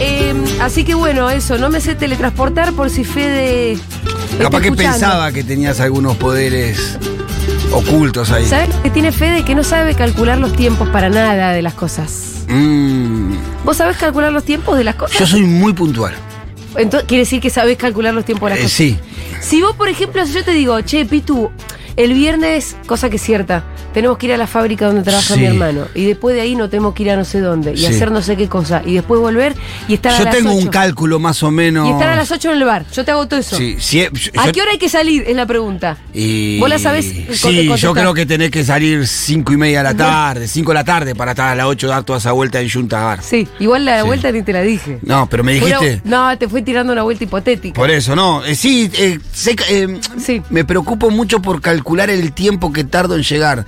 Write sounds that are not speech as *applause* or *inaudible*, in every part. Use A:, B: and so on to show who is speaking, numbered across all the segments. A: Em, bueno eso. No me sé teletransportar por si Fede. está
B: Capaz que
A: escuchando.
B: pensaba que tenías algunos poderes ocultos ahí.
A: ¿Sabes que tiene Fede? Que no sabe calcular los tiempos para nada de las cosas.
B: Mm,
A: ¿Vos sabés calcular los tiempos de las cosas?
B: yo soy muy puntual.
A: Entonces, quiere decir que sabés calcular los tiempos de las
B: Eh,
A: cosas.
B: sí.
A: Si vos, por ejemplo, si yo te digo, che, Pitu, el viernes, cosa que es cierta, tenemos que ir a la fábrica donde trabaja
B: Sí.
A: mi hermano. Y después de ahí no tenemos que ir a no sé dónde. Y
B: Sí.
A: hacer no sé qué cosa. Y después volver y estar a
B: Yo
A: las
B: tengo un
A: 8.
B: cálculo más o menos.
A: Y estar a las 8 en el bar. Yo te hago todo eso.
B: Sí, sí, yo-
A: ¿A
B: yo-
A: qué hora hay que salir? Es la pregunta.
B: Y-
A: Vos la sabés con-
B: Sí,
A: contestar.
B: yo creo que tenés que salir cinco y media de la tarde, cinco de la tarde para estar a las 8 dar toda esa vuelta en Yuntagar.
A: Sí, igual la
B: Sí.
A: vuelta ni te la dije.
B: No, pero me
A: Fue una-
B: dijiste.
A: no, te fui tirando una vuelta hipotética.
B: Por eso, no. Eh, sí, eh, sé que, eh,
A: Sí.
B: me preocupo mucho por calcular el tiempo que tardo en llegar.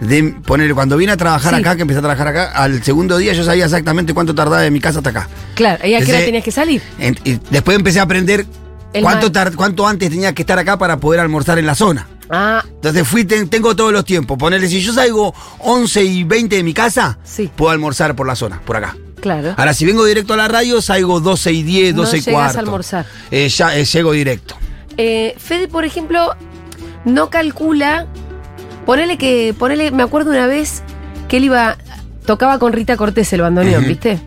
B: De poner, cuando vine a trabajar
A: Sí.
B: acá, que empecé a trabajar acá, al segundo día yo sabía exactamente cuánto tardaba de mi casa hasta acá.
A: Claro, ¿y a qué hora
B: Ese-
A: tenías que salir?
B: En- y después empecé a aprender
A: El
B: cuánto,
A: mal.
B: tar- cuánto antes tenía que estar acá para poder almorzar en la zona.
A: Ah,
B: Entonces fui, ten- tengo todos los tiempos. Ponerle, si yo salgo 11 y 20 de mi casa,
A: Sí.
B: puedo almorzar por la zona, por acá.
A: claro.
B: Ahora, si vengo directo a la radio, salgo 12 y 10,
A: No
B: 12 y
A: llegas a
B: cuarto.
A: almorzar.
B: Eh, ya, eh, llego directo.
A: Eh, Fede, por ejemplo, no calcula. Ponele que. Ponele, me acuerdo una vez que él iba. Tocaba con Rita Cortés el bandoneón,
B: Ujú.
A: ¿viste?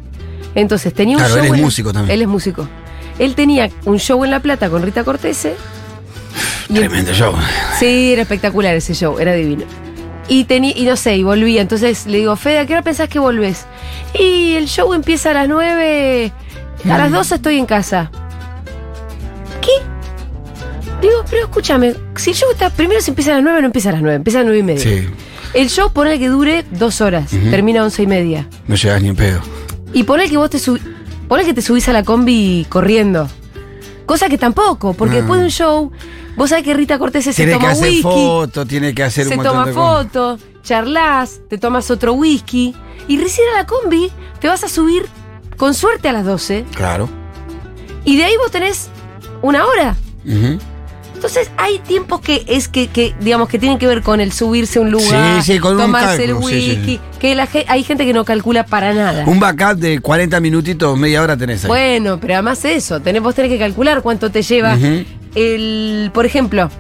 A: Entonces tenía un
B: Claro,
A: show.
B: él es
A: en-
B: músico también.
A: Él es músico. Él tenía un show en La Plata con Rita Cortese. y-
B: Tremendo show.
A: Sí, era espectacular ese show, era divino. Y, tenía, y no sé, y volvía. Entonces le digo, Fede, ¿a qué hora pensás que volvés? Y el show empieza a las 9. A las 12 estoy en casa. ¿Qué? Digo, pero escúchame, si el show está. Primero se empieza a las 9, no empieza a las 9, empieza a las 9 y media.
B: Sí,
A: El show pone que dure dos horas,
B: Ujú.
A: termina a 11 y media.
B: no llegas ni en pedo.
A: Y pone que vos te subís. que te subís a la combi corriendo. Cosa que tampoco, porque
B: Ah.
A: después de un show, vos sabés que Rita Cortés se
B: Tiene que
A: toma
B: hacer
A: whisky
B: foto, tiene que hacer
A: se
B: un montón
A: toma
B: de cosas.
A: foto, charlas, te tomas otro whisky y recién a la combi te vas a subir con suerte a las 12
B: Claro.
A: y de ahí vos tenés una hora.
B: Ujú.
A: Entonces hay tiempos que es que, que, digamos que tienen que ver con el subirse a un lugar,
B: Sí, sí, con un
A: tomarse el
B: cálculo, sí,
A: whisky,
B: sí, sí.
A: que la ge- hay gente que no calcula para nada.
B: Un backup de 40 minutitos, media hora tenés ahí.
A: Bueno, pero además eso, tenés, vos tenés que calcular cuánto te lleva
B: Ujú.
A: el, por ejemplo,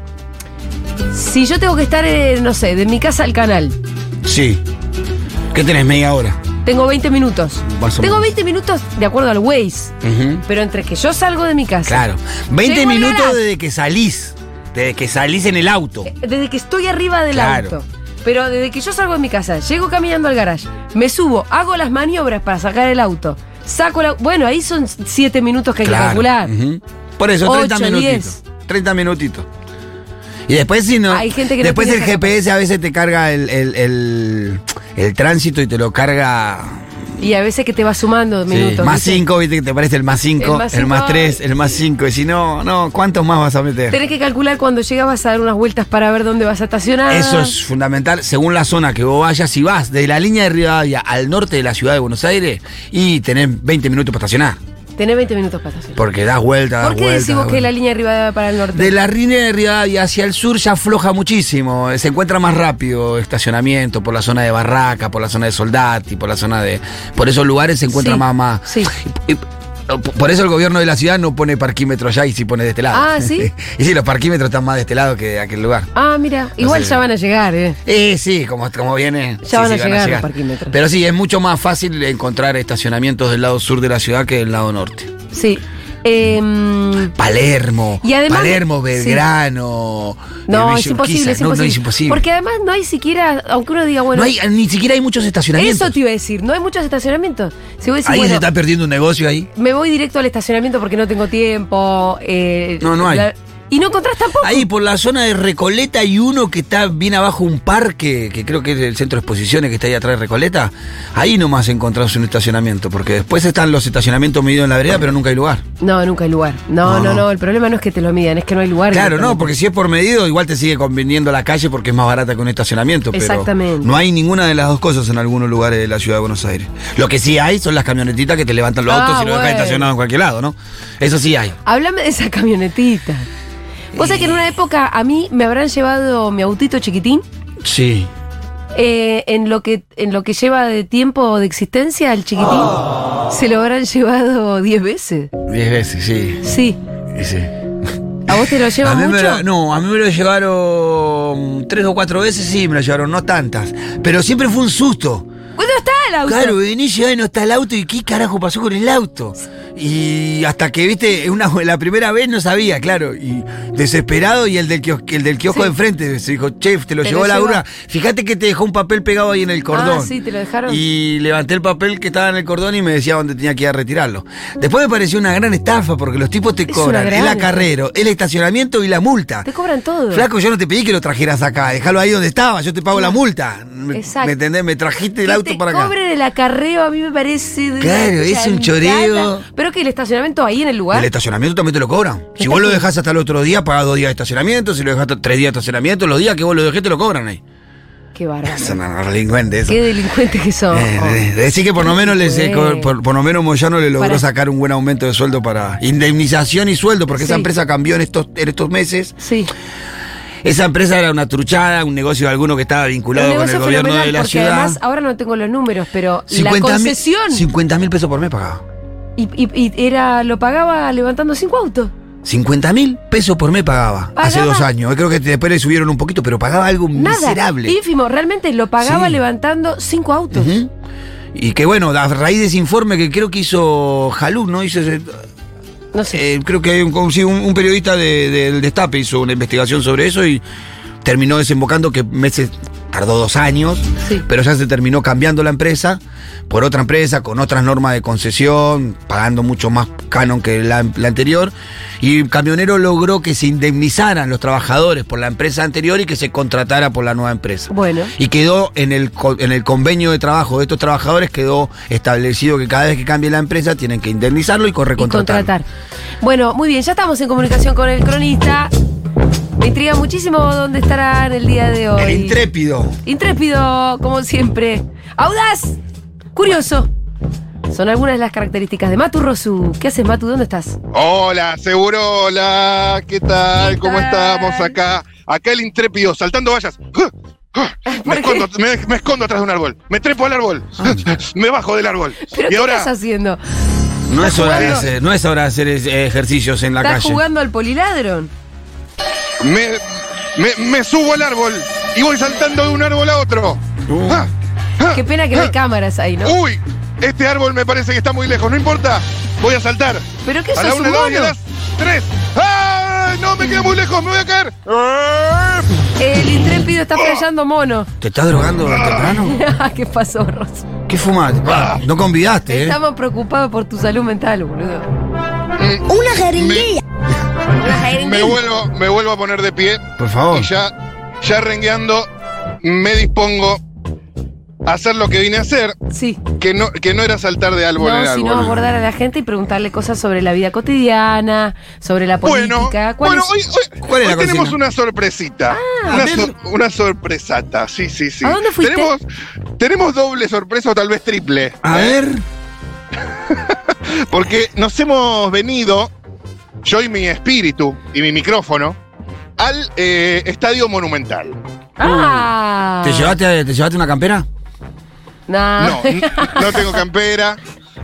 A: si yo tengo que estar, eh, no sé, de mi casa al canal,
B: Sí. ¿Qué tenés? Media hora.
A: tengo 20 minutos.
B: Más o
A: Tengo
B: menos.
A: 20 minutos de acuerdo al Waze,
B: Ujú.
A: pero entre que yo salgo de mi casa.
B: Claro. 20
A: Llego al
B: minutos
A: garage.
B: desde que salís. Desde que salís en el auto.
A: eh, Desde que estoy arriba del
B: Claro.
A: auto. Pero desde que yo salgo de mi casa, llego caminando al garage, me subo, hago las maniobras para sacar el auto, saco la. Bueno, ahí son 7 minutos que hay
B: Claro.
A: que calcular.
B: Ujú. Por eso, 30
A: Ocho,
B: minutitos. 30 minutitos. Y después si no.
A: Hay gente que no
B: después
A: tiene
B: el
A: esa
B: GPS a veces te carga el, el- el- el tránsito y te lo carga
A: Y a veces que te va sumando
B: sí,
A: minutos.
B: más
A: ¿viste?
B: 5, viste que te parece el más 5,
A: El más
B: el más
A: cinco,
B: 3, el más 5. Y si no, no, ¿cuántos más vas a meter?
A: Tenés que calcular cuando llegas vas a dar unas vueltas para ver dónde vas a estacionar.
B: Eso es fundamental según la zona que vos vayas. Si vas de la línea de Rivadavia al norte de la ciudad de Buenos Aires y tenés 20 minutos para estacionar.
A: Tenés 20 minutos para estacionar.
B: Porque das vuelta, das
A: ¿Por qué
B: vuelta,
A: decimos
B: das
A: que la
B: vuelta.
A: línea arriba va para el norte?
B: De la línea de Rivadavia hacia el sur ya afloja muchísimo. eh, Se encuentra más rápido estacionamiento por la zona de Barraca, por la zona de Soldati, por la zona de. Por esos lugares se encuentra
A: Sí,
B: más. más.
A: sí.
B: Y- y- por eso el gobierno de la ciudad no pone parquímetros ya y sí pone de este lado.
A: Ah, ¿sí?
B: *laughs* y sí, los parquímetros están más de este lado que de aquel lugar.
A: Ah, mira, igual
B: sé.
A: ya van a llegar, ¿eh?
B: Eh, sí, como, como viene.
A: Ya
B: sí,
A: van
B: sí,
A: a llegar los parquímetros.
B: Pero sí, es mucho más fácil encontrar estacionamientos del lado sur de la ciudad que del lado norte.
A: Sí. Em,
B: Palermo,
A: Y además-
B: Palermo,
A: sí.
B: Belgrano.
A: No,
B: eh,
A: es imposible,
B: Urquiza.
A: es
B: No,
A: imposible.
B: no es imposible.
A: Porque además no hay siquiera, aunque uno diga, bueno,
B: no hay, ni siquiera hay muchos estacionamientos.
A: eso te iba a decir, no hay muchos estacionamientos. Si vos decís,
B: ahí
A: bueno,
B: se está perdiendo un negocio ahí.
A: me voy directo al estacionamiento porque no tengo tiempo. eh,
B: No, no hay.
A: y no encontrás tampoco.
B: Ahí por la zona de Recoleta hay uno que está bien abajo un parque, que creo que es el centro de exposiciones que está ahí atrás de Recoleta. Ahí nomás encontrás un estacionamiento, porque después están los estacionamientos medidos en la vereda, pero nunca hay lugar.
A: No, nunca hay lugar. No,
B: No,
A: no, no,
B: no.
A: el problema no es que te lo midan, es que no hay lugar.
B: Claro, no,
A: directamente.
B: porque si es por medido, igual te sigue conviniendo la calle porque es más barata que un estacionamiento. Pero
A: Exactamente.
B: No hay ninguna de las dos cosas en algunos lugares de la ciudad de Buenos Aires. Lo que sí hay son las camionetitas que te levantan los
A: Ah,
B: autos y los dejan
A: bueno.
B: estacionados en cualquier lado, ¿no? Eso sí hay.
A: Háblame de esa camionetita. Vos sabés que
B: Eh.
A: en una época a mí me habrán llevado mi autito chiquitín.
B: Sí.
A: eh, en, lo que, en lo que lleva de tiempo de existencia el chiquitín, Se lo habrán llevado 10 veces.
B: Diez veces, sí.
A: Sí.
B: y sí.
A: ¿A vos te lo llevan
B: A mí
A: mucho?
B: me lo- no, a mí me lo llevaron tres o cuatro veces, sí, me lo llevaron, no tantas. Pero siempre fue un susto.
A: ¿Cuándo está el auto?
B: Claro, venís y no está el auto y qué carajo pasó con el auto. Y hasta que, viste, *laughs* una, la primera vez no sabía, claro. Y desesperado y el del, kios- el del kiosco
A: Sí.
B: de enfrente se dijo, chef, te lo
A: Te
B: llevó
A: lo
B: la
A: llevó. Ah,
B: urna. Fíjate que te dejó un papel pegado ahí en el cordón.
A: sí, te lo dejaron.
B: Y levanté el papel que estaba en el cordón y me decía dónde tenía que ir a retirarlo. Después me pareció una gran estafa porque los tipos te
A: Es
B: cobran
A: una
B: el
A: gran-
B: acarrero, el estacionamiento y la multa.
A: Te cobran todo.
B: Flaco, yo no te pedí que lo trajeras acá, déjalo ahí donde estaba, yo te pago la multa. Me-
A: Exacto.
B: ¿Me entendés? Me trajiste el
A: Que
B: auto
A: te
B: para acá.
A: cobren el acarreo, a mí me parece. de
B: Claro,
A: una
B: es un
A: chantada.
B: choreo.
A: Pero que el estacionamiento ahí en el lugar.
B: El estacionamiento también te lo cobran. Si vos lo dejás hasta el otro día, pagás dos días de estacionamiento. Si lo dejás hasta tres días de estacionamiento, los días que vos lo dejés te lo cobran ahí.
A: Qué barato.
B: Son delincuentes eso.
A: Qué delincuentes que son.
B: Eh, eh, decir que por lo menos les, eh,
A: Bueno.
B: co- por, por lo menos Moyano le logró
A: Para-
B: sacar un buen aumento de sueldo para indemnización y sueldo, porque esa
A: Sí.
B: empresa cambió en estos, en estos meses.
A: Sí.
B: Esa empresa era una truchada, un negocio de alguno que estaba vinculado
A: Un
B: con el
A: negocio
B: gobierno
A: fenomenal,
B: de la
A: porque
B: ciudad.
A: además, ahora no tengo los números, pero la
B: 50.000
A: concesión.
B: 50 mil pesos por mes pagaba.
A: Y, y- y era, lo pagaba levantando cinco autos.
B: 50 mil pesos por mes pagaba, hace
A: Pagaba-
B: dos años. Creo que después le subieron un poquito, pero pagaba algo
A: Nada.
B: miserable.
A: Ínfimo, realmente lo pagaba
B: Sí.
A: levantando cinco autos.
B: Ujú. Y que bueno, a raíz de ese informe que creo que hizo Jalú, ¿no? Hizo ese-
A: No sé.
B: eh, creo que hay un, sí, un- un periodista de- del Destape hizo una investigación sobre eso y terminó desembocando que meses, tardó dos años,
A: Sí.
B: pero ya se terminó cambiando la empresa por otra empresa, con otras normas de concesión, pagando mucho más canon que la, la anterior. Y Camionero logró que se indemnizaran los trabajadores por la empresa anterior y que se contratara por la nueva empresa.
A: Bueno.
B: Y quedó en el, co- en el convenio de trabajo de estos trabajadores, quedó establecido que cada vez que cambie la empresa tienen que indemnizarlo y
A: y
B: correcontratarlo.
A: contratar. Bueno, muy bien, ya estamos en comunicación con el cronista. Me intriga muchísimo dónde estará en el día de hoy.
B: El intrépido.
A: Intrépido, como siempre. Audaz, curioso. Son algunas de las características de Matu Rosu. ¿Qué haces, Matu? ¿Dónde estás?
C: Hola, seguro, hola, ¿qué tal?
A: ¿Qué
C: ¿Cómo
A: tal?
C: estamos acá? Acá el intrépido, saltando vallas.
A: *laughs* ¿Por qué?
C: Me
A: Ah,
C: escondo, me, me escondo atrás de un árbol, me trepo al árbol, *laughs* me bajo del árbol.
A: ¿Pero
C: y
A: qué
C: ahora,
A: estás haciendo?
B: No es hora de
A: jugando?
B: hacer, no es hora de hacer eh, ejercicios en la
A: ¿Estás
B: calle.
A: jugando al poliladron?
C: me, me- me subo al árbol y voy saltando de un árbol a otro.
B: Uh.
C: Ah, ah,
A: Qué pena que no hay
C: ah.
A: cámaras ahí, ¿no?
C: Uy, este árbol me parece que está muy lejos, no importa, voy a saltar.
A: ¿Pero qué
C: A la
A: sos, un
C: una, dos y a
A: mono?
C: las tres. ¡Ah! No, me quedé muy lejos, me voy a caer. ¡Ah!
A: El intrépido
B: Oh.
A: está fallando mono.
B: ¿Te estás
A: *laughs*
B: drogando temprano?
A: Ah, ¿Qué pasó, Rosu?
B: ¿Qué fumas? Ah, No convidaste, ¿eh?
A: Estamos preocupados por tu salud mental, boludo.
D: Una jeringuilla.
C: Me vuelvo, me vuelvo a poner de pie.
B: Por favor.
C: Y ya, ya rengueando, me dispongo a hacer lo que vine a hacer,
A: Sí.
C: que no, que no era saltar de árbol en
A: No,
C: árbol.
A: sino abordar a la gente y preguntarle cosas sobre la vida cotidiana, sobre la
C: bueno,
A: política. ¿Cuál
C: bueno
A: es- Ah,
C: hoy, hoy-
B: ¿Cuál es
C: hoy
B: la
C: tenemos
B: consigna?
C: una sorpresita. una, sor- una sorpresata, sí, sí, sí.
A: ¿A dónde fuiste?
C: Tenemos, tenemos doble sorpresa o tal vez triple. ¿eh?
B: A ver.
C: Porque nos hemos venido, yo y mi espíritu y mi micrófono, al eh, Estadio Monumental.
A: Ah.
B: ¿Te llevaste, ¿Te llevaste una campera?
A: Nah.
C: No, n- no tengo campera.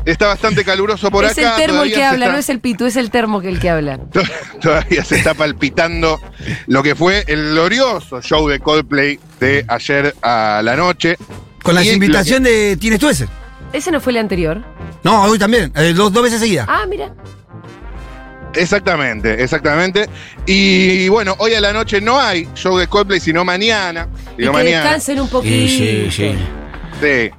C: Está bastante caluroso por
A: es
C: acá.
A: el termo el
C: todavía
A: que
C: se
A: habla,
C: está-
A: no es el pitu, es el termo que el que habla.
C: to- Todavía se está palpitando lo que fue el glorioso show de Coldplay de ayer a la noche.
B: Con la
C: Y lo
B: invitación de ¿Tienes tú ese?
A: Ese no fue el anterior.
B: No, hoy también. eh, dos, dos veces seguidas.
A: Ah, mira.
C: que- Exactamente, exactamente. Y bueno, hoy a la noche no hay show de Coldplay, sino mañana.
A: Y
C: Sino
A: que
C: mañana.
A: descansen un poquito.
C: Sí,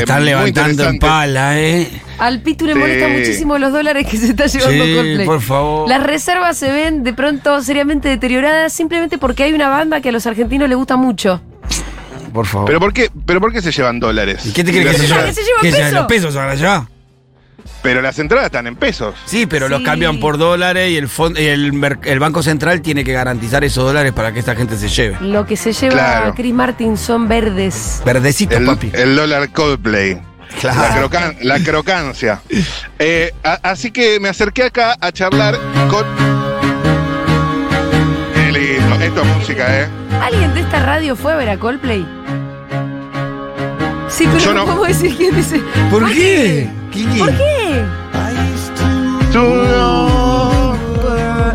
B: La están
C: muy
B: levantando en
C: interesante.
B: pala, ¿eh?
A: Al Pitu le
C: Sí.
A: molestan muchísimo los dólares que se está llevando
B: Sí,
A: Coldplay.
B: por favor.
A: Las reservas se ven de pronto seriamente deterioradas simplemente porque hay una banda que a los argentinos les gusta mucho.
B: Por favor.
C: ¿Pero por, qué, ¿Pero por qué se llevan dólares?
B: ¿Y qué te crees que se
A: ¿Qué
B: lleva?
A: se lleva
B: ¿Qué se
A: peso?
B: ¿Los pesos ahora ya?
C: Pero las entradas están en pesos.
B: Sí, pero los
A: Sí.
B: cambian por dólares y el, fon- y el, merc- el Banco Central tiene que garantizar esos dólares para que esta gente se lleve.
A: Lo que se lleva
C: Claro.
A: Chris Martin son verdes.
B: Verdecitos,
C: El, eh,
B: papi.
C: el dólar Coldplay. La,
B: Claro.
C: crocan- la crocancia. Eh, a- así que me acerqué acá a charlar con. Qué lindo. Esto es música, ¿eh?
A: ¿Alguien de esta radio fue a ver a Coldplay? Sí, pero
C: Yo
A: no
C: no.
A: podemos decir quién es. el-
B: ¿Por qué? Kinky.
A: ¿Por qué?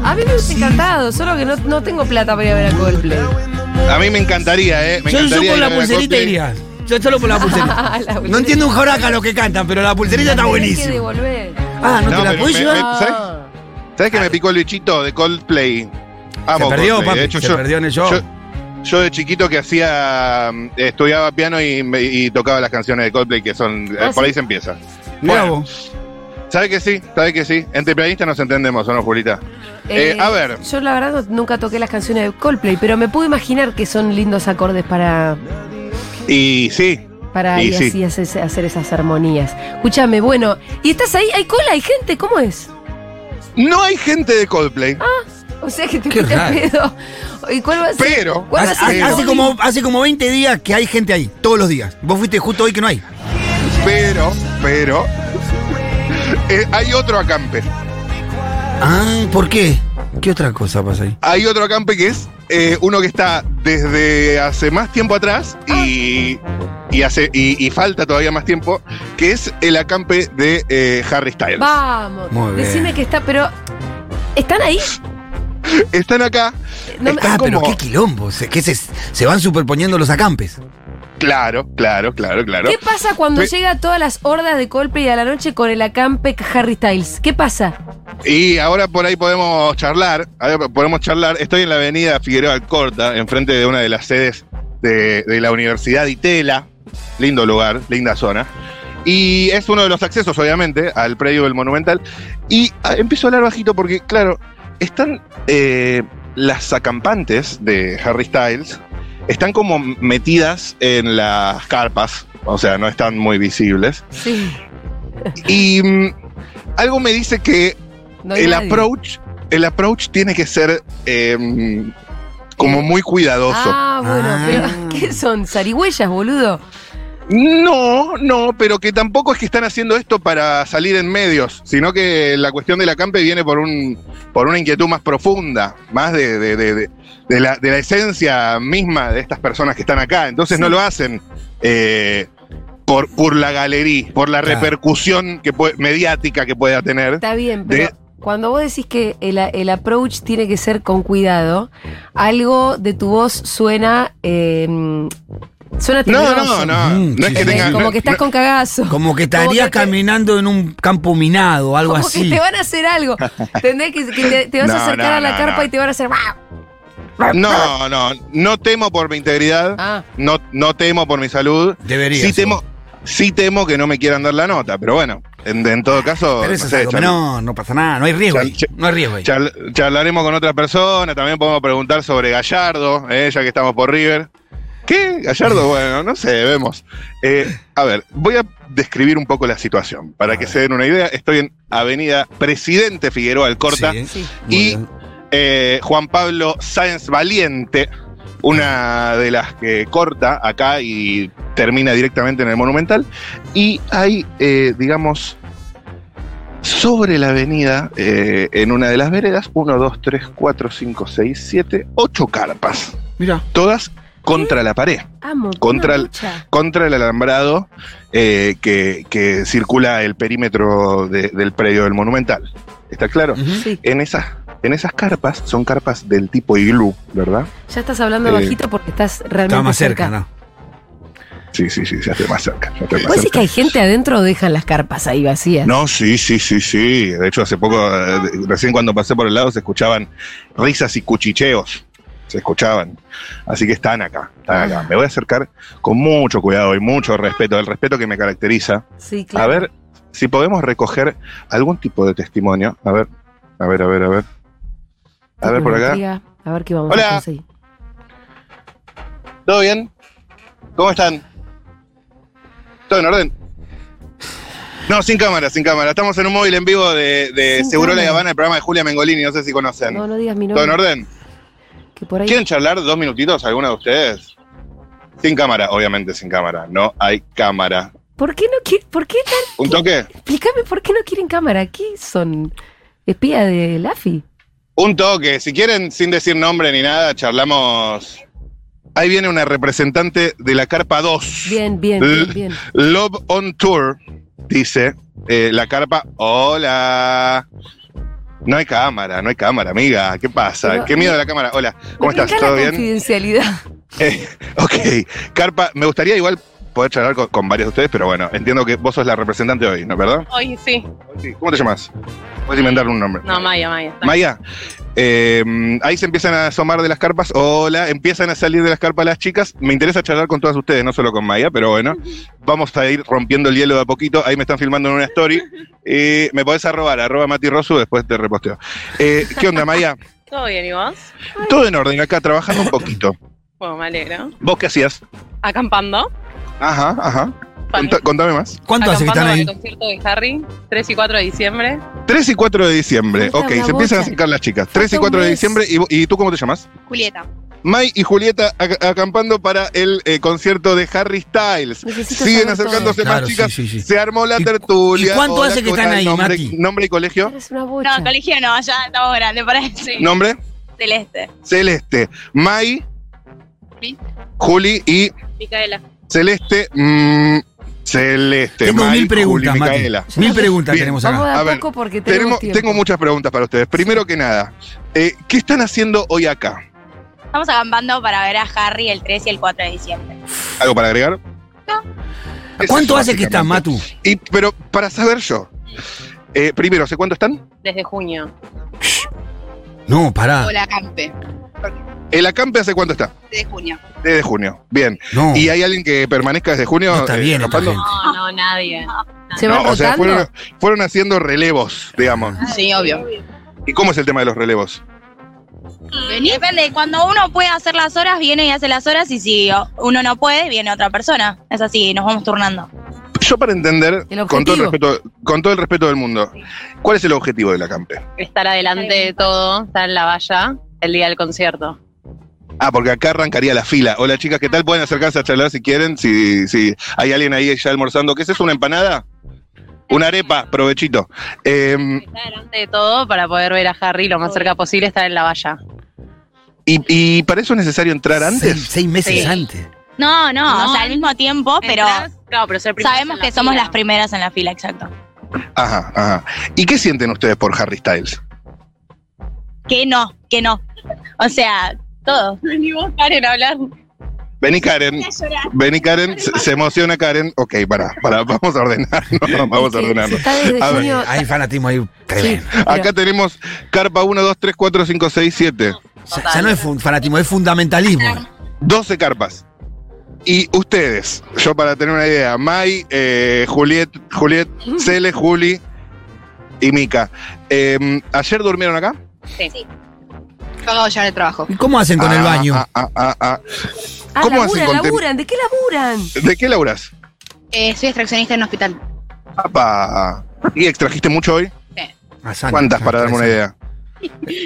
A: A mí me hubiese encantado, solo que no, no tengo plata para ir a ver a Coldplay. *laughs*
C: A mí me encantaría, ¿eh? Me
B: Yo, yo
C: encantaría
B: por
C: ir a
B: la
C: ver a
B: pulserita
C: Coldplay.
B: iría. Yo solo *laughs* por la pulserita.
A: Ah, La
B: No
A: pulserita.
B: entiendo un joraca lo que cantan, pero la pulserita está
A: Tenés que
B: buenísima.
A: devolver. Ah.
B: Ah, ¿no,
C: No,
B: te la
C: pero
B: puedes
C: me-
B: llevar?
C: me- ¿sabes? ¿Sabes que me picó el bichito de Coldplay? Amo
B: Se perdió,
C: Coldplay.
B: papi,
C: De hecho,
B: se
C: yo,
B: perdió en el show.
C: yo- yo de chiquito que hacía. mm, Estudiaba piano y, me- y tocaba las canciones de Coldplay, que son. eh,
A: Ah,
C: por
A: sí.
C: ahí se empieza.
B: Mirá
C: Bueno,
B: vos.
C: ¿Sabes que sí? ¿Sabes que sí? Entre pianistas nos entendemos, ¿o no, Julita? Eh, a ver.
A: Yo la verdad no- nunca toqué las canciones de Coldplay, pero me puedo imaginar que son lindos acordes para,
C: Y sí.
A: para
C: Y
A: ir
C: sí.
A: así hacer, hacer esas armonías. Escúchame, bueno, ¿y estás ahí? ¿Hay cola? ¿Hay gente? ¿Cómo es?
C: No hay gente de Coldplay.
A: O sea que te
B: Qué
A: fuiste al
B: raro.
A: pedo. ¿Y cuál va a ser?
C: Pero-
A: ¿Cuál va a
B: Hace,
A: ser el
B: hace- hace
A: móvil?
B: como, hace como 20 días que hay gente ahí, todos los días. Vos fuiste justo hoy que no hay.
C: Pero, pero. *laughs* eh, hay otro acampe.
B: Ah, ¿por qué? ¿Qué otra cosa pasa ahí?
C: Hay otro acampe que es eh, uno que está desde hace más tiempo atrás y, y hace, y, y falta todavía más tiempo, que es el acampe de eh, Harry Styles.
A: Vamos.
B: Muy bien.
A: Decime que está, pero. ¿Están ahí?
C: Están acá,
A: No me-
C: Está-
B: Ah, pero
C: como-
B: qué quilombo. Se, que se, se van superponiendo los acampes.
C: claro, claro, claro, claro.
A: ¿Qué pasa cuando
C: Me-
A: llega todas las hordas de Coldplay a la noche con el acampe Harry Styles? ¿Qué pasa?
C: Y ahora por ahí podemos charlar, ahora podemos charlar. Estoy en la avenida Figueroa Corta, enfrente de una de las sedes de, de la Universidad Itela. Lindo lugar, linda zona. Y es uno de los accesos, obviamente, al predio del Monumental. Y ah, empiezo a hablar bajito porque, claro, están eh, las acampantes de Harry Styles, están como metidas en las carpas, o sea, no están muy visibles.
A: Sí.
C: Y mm, algo me dice que
A: No hay
C: el
A: nadie.
C: approach, el approach tiene que ser eh, como muy cuidadoso.
A: Ah, bueno,
B: Ah.
A: pero *laughs* ¿qué son? ¿Zarigüeyas, boludo?
C: No, no, pero que tampoco es que están haciendo esto para salir en medios, sino que la cuestión del acampe viene por un, por una inquietud más profunda, más de, de- de- de- de la, de la esencia misma de estas personas que están acá. Entonces no lo hacen eh, por, por la galería, por la
B: Claro.
C: repercusión que puede- mediática que pueda tener.
A: Está bien, pero
C: De-
A: cuando vos decís que el, el approach tiene que ser con cuidado, algo de tu voz suena. eh, suena
C: No,
A: tenebroso.
C: no, no.
B: Mm,
C: No es
B: sí,
C: que
B: sí.
C: tengan.
A: Como
C: no-
A: que estás con cagazo.
B: Como que
A: Como
B: estarías
A: que te-
B: caminando en un campo minado,
A: *laughs*
B: algo
A: Como
B: así.
A: que te van a hacer
C: *laughs*
A: algo. Tendrás que, que te, te vas
C: No,
A: a acercar
C: no,
A: a la
C: no,
A: carpa
C: no.
A: y te van a hacer.
C: No, no, no temo por mi integridad,
A: Ah.
C: no, no temo por mi salud.
B: Deberías,
C: Sí
B: sí.
C: temo, sí temo que no me quieran dar la nota, pero bueno, en, en todo caso,
B: Pero
C: no
B: eso es
C: sé,
B: algo
C: charl-
B: menor, no pasa nada, no hay riesgo.
C: Chal-
B: ahí,
C: chal-
B: No hay riesgo ahí.
C: charl- charlaremos con otra persona, también podemos preguntar sobre Gallardo, eh, ya que estamos por River. ¿Qué?
B: *laughs*
C: Gallardo, bueno, no sé, vemos. Eh, a ver, voy a describir un poco la situación, para
B: A
C: que
B: ver.
C: se den una idea. Estoy en Avenida Presidente Figueroa Alcorta.
B: Sí,
A: Sí.
B: muy
C: Y-
B: bien.
C: eh, Juan Pablo Sáenz Valiente, una de las que corta acá y termina directamente en el Monumental. Y hay, eh, digamos, sobre la avenida, eh, en una de las veredas, 1, 2, 3, 4, 5, 6, 7, 8 carpas,
B: Mira,
C: todas contra la pared,
A: Amo.
C: Contra el-
A: una lucha.
C: contra el alambrado eh, que, que circula el perímetro de- del predio del Monumental. ¿Está claro?
B: ujú.
A: Sí,
C: en esas, en esas carpas, son carpas del tipo iglú, ¿verdad?
A: ya estás hablando
C: Eh,
A: bajito porque estás realmente.
B: estaba más cerca, ¿no?
C: Sí, sí, sí, ya estoy más cerca. ya estoy más
A: ¿Vos decís
C: cerca.
A: Pues que hay gente adentro o dejan las carpas ahí vacías?
C: No, sí, sí, sí, sí. De hecho, hace poco, eh, de- recién cuando pasé por el lado, se escuchaban risas y cuchicheos. Se escuchaban. Así que están acá, están
A: Ah.
C: acá. Me voy a acercar con mucho cuidado y mucho respeto, el respeto que me caracteriza.
A: Sí, claro.
C: A ver si podemos recoger algún tipo de testimonio. A ver, a ver, a ver, a ver. A ver por acá.
A: Intriga, A ver qué vamos
C: Hola.
A: a conseguir.
C: ¿Todo bien? ¿Cómo están? ¿Todo en orden? No, sin cámara, sin cámara. Estamos en un móvil en vivo de, de
A: Sin
C: Seguro La
A: cámara.
C: Habana, el programa de Julia Mengolini, no sé si conocen.
A: No, no digas mi
C: ¿Todo en
A: nombre.
C: orden?
A: que por ahí.
C: ¿Quieren charlar dos minutitos alguno de ustedes? Sin cámara, obviamente sin cámara. No hay cámara.
A: ¿Por qué no qui- ¿Por qué tan-
C: ¿Un toque?
A: Explícame por qué no quieren cámara. ¿Qué son? ¿Espía de Lafi?
C: Un toque. Si quieren, sin decir nombre ni nada, charlamos. Ahí viene una representante de la Carpa 2.
A: Bien, bien, bien, bien.
C: Love on Tour. dice eh, la carpa, hola. No hay cámara, no hay cámara, amiga. ¿Qué pasa?
A: Pero-
C: Qué miedo a la cámara. Hola,
A: Me
C: ¿cómo estás?
A: encanta
C: ¿Todo
A: la
C: bien?
A: confidencialidad. *laughs*
C: Eh, ok, Carpa, me gustaría igual poder charlar con, con varios de ustedes, pero bueno, entiendo que vos sos la representante hoy, ¿no es verdad?
E: Hoy sí.
C: Sí. ¿Cómo te llamas? Puedes inventar un nombre.
E: No, Maya, Maya.
C: Maya, eh, ahí se empiezan a asomar de las carpas. Hola, empiezan a salir de las carpas las chicas. Me interesa charlar con todas ustedes, no solo con Maya, pero bueno, vamos a ir rompiendo el hielo de a poquito. Ahí me están filmando en una story. Eh, me podés arrobar, arroba Mati Rosu, después te reposteo. Eh, ¿Qué onda, Maya?
E: ¿Todo bien y vos?
C: Todo en orden acá, trabajando un poquito.
E: Bueno, me alegro.
C: ¿Vos qué hacías?
E: Acampando.
C: Ajá, ajá.
E: Fan.
C: Contá- contame más.
B: ¿Cuánto hace que están
E: Acampando para
B: ahí?
E: el concierto de Harry, 3 y 4 de diciembre.
C: 3 y 4 de diciembre.
A: Falta
C: Ok, se
A: una
C: empiezan a
A: bocha.
C: acercar las chicas. 3 y
A: Falta un
C: 4 de
A: mes.
C: diciembre. ¿Y, vo- y tú cómo te llamas?
E: Julieta.
C: May y Julieta ac- acampando para el eh, concierto de Harry Styles.
A: Necesito
C: Siguen
A: saber todo.
C: acercándose más
B: Claro, sí,
C: chicas.
B: sí, sí.
C: Se armó la
B: ¿Y-
C: tertulia.
B: y cuánto
C: Hola,
B: hace que
C: ¿cómo
B: están
C: estás?
B: ahí,
C: nombre,
B: Mati?
C: ¿Nombre y colegio?
A: Es una bocha.
F: No, colegio no, ya estamos grandes *laughs* para eso.
C: ¿Nombre?
F: Celeste.
C: Celeste. May.
F: Sí.
C: Juli y
E: Micaela.
C: Celeste. mm, Celeste.
B: Tengo
C: May,
B: mil preguntas,
C: Juli,
B: Mati.
C: Micaela.
B: Mil preguntas
C: Bien.
B: tenemos
A: Vamos
B: acá.
A: de a,
C: A ver,
A: poco porque tenemos
C: Tenemos,
A: tiempo.
C: tengo muchas preguntas para ustedes. Primero que nada, eh, ¿qué están haciendo hoy acá?
F: Estamos acampando para ver a Harry el 3 y el 4 de diciembre.
C: ¿Algo para agregar? Es
B: ¿Cuánto
C: eso,
B: hace que están,
C: básicamente.
B: Matu?
C: Y, pero para saber yo, eh, primero, ¿sé cuánto están?
E: Desde junio.
B: No, pará.
F: Hola, Campe.
C: ¿El acampe hace cuánto está?
F: 3 de junio.
C: Desde junio. Bien.
B: No,
C: ¿Y hay alguien que permanezca desde junio?
B: Oh. no está
C: eh,
B: bien esta
C: acampando?
B: gente.
E: No, no, nadie.
A: ¿Se van
C: No, o sea,
A: rotando?
C: fueron, fueron haciendo relevos, digamos.
F: Sí, obvio.
C: ¿Y cómo es el tema de los relevos?
F: Mm, Depende, cuando uno puede hacer las horas, viene y hace las horas, y si uno no puede, viene otra persona. Es así, nos vamos turnando.
C: Yo para entender,
A: El
C: con todo, el
A: objetivo.
C: respeto, con todo el respeto del mundo, ¿cuál es el objetivo del acampe?
E: Estar adelante de todo, estar en la valla el día del concierto.
C: Ah, porque acá arrancaría la fila. Hola chicas, ¿qué tal? Pueden acercarse a charlar si quieren, si, si hay alguien ahí ya almorzando. ¿Qué es eso? ¿Una empanada? Una arepa, provechito.
B: Mm.
C: Eh,
E: Estar adelante de todo para poder ver a Harry lo más cerca posible, estar en la valla.
C: y, y para eso es necesario entrar antes?
B: Seis, seis meses
E: Sí.
B: antes.
F: No, no,
E: No.
F: o sea, al mismo tiempo, pero
E: Entrás, claro, pero ser primeros
F: sabemos
E: en la
F: que somos
E: fila.
F: las primeras en la fila, exacto.
C: Ajá, ajá. ¿Y qué sienten ustedes por Harry Styles?
F: Que no, que no. O sea, todo.
E: *laughs* Ni vos, Karen, hablar.
C: Vení Karen, vení Karen, se, se emociona Karen. Ok, pará, pará, vamos
B: *laughs*
C: a ordenarnos, vamos
A: Sí, se
C: a ordenarnos.
A: está desde
C: A ver,
A: junio.
B: Hay fanatismo ahí tremendo.
A: Sí, pero-
C: Acá tenemos carpa 1, 2, 3, 4, 5, 6, 7.
B: O sea, ya no es fun- fanatismo, es fundamentalismo.
C: 12 carpas. Y ustedes, yo para tener una idea, Mai, eh, Juliet, Juliet, Cele, Juli y Mica. Eh, ¿Ayer durmieron acá?
B: ¿Y cómo hacen con el
C: Ah,
B: baño?
C: ah, ah, ah, ah.
A: Ah,
C: ¿Cómo hacen
A: laburan,
C: conten-
A: laburan. ¿De qué laburan?
C: ¿De qué laburas?
G: Eh,
F: soy extraccionista en un hospital.
C: Apa. ¿Y extrajiste mucho hoy?
B: Ah, sangre.
C: ¿Cuántas para darme una idea?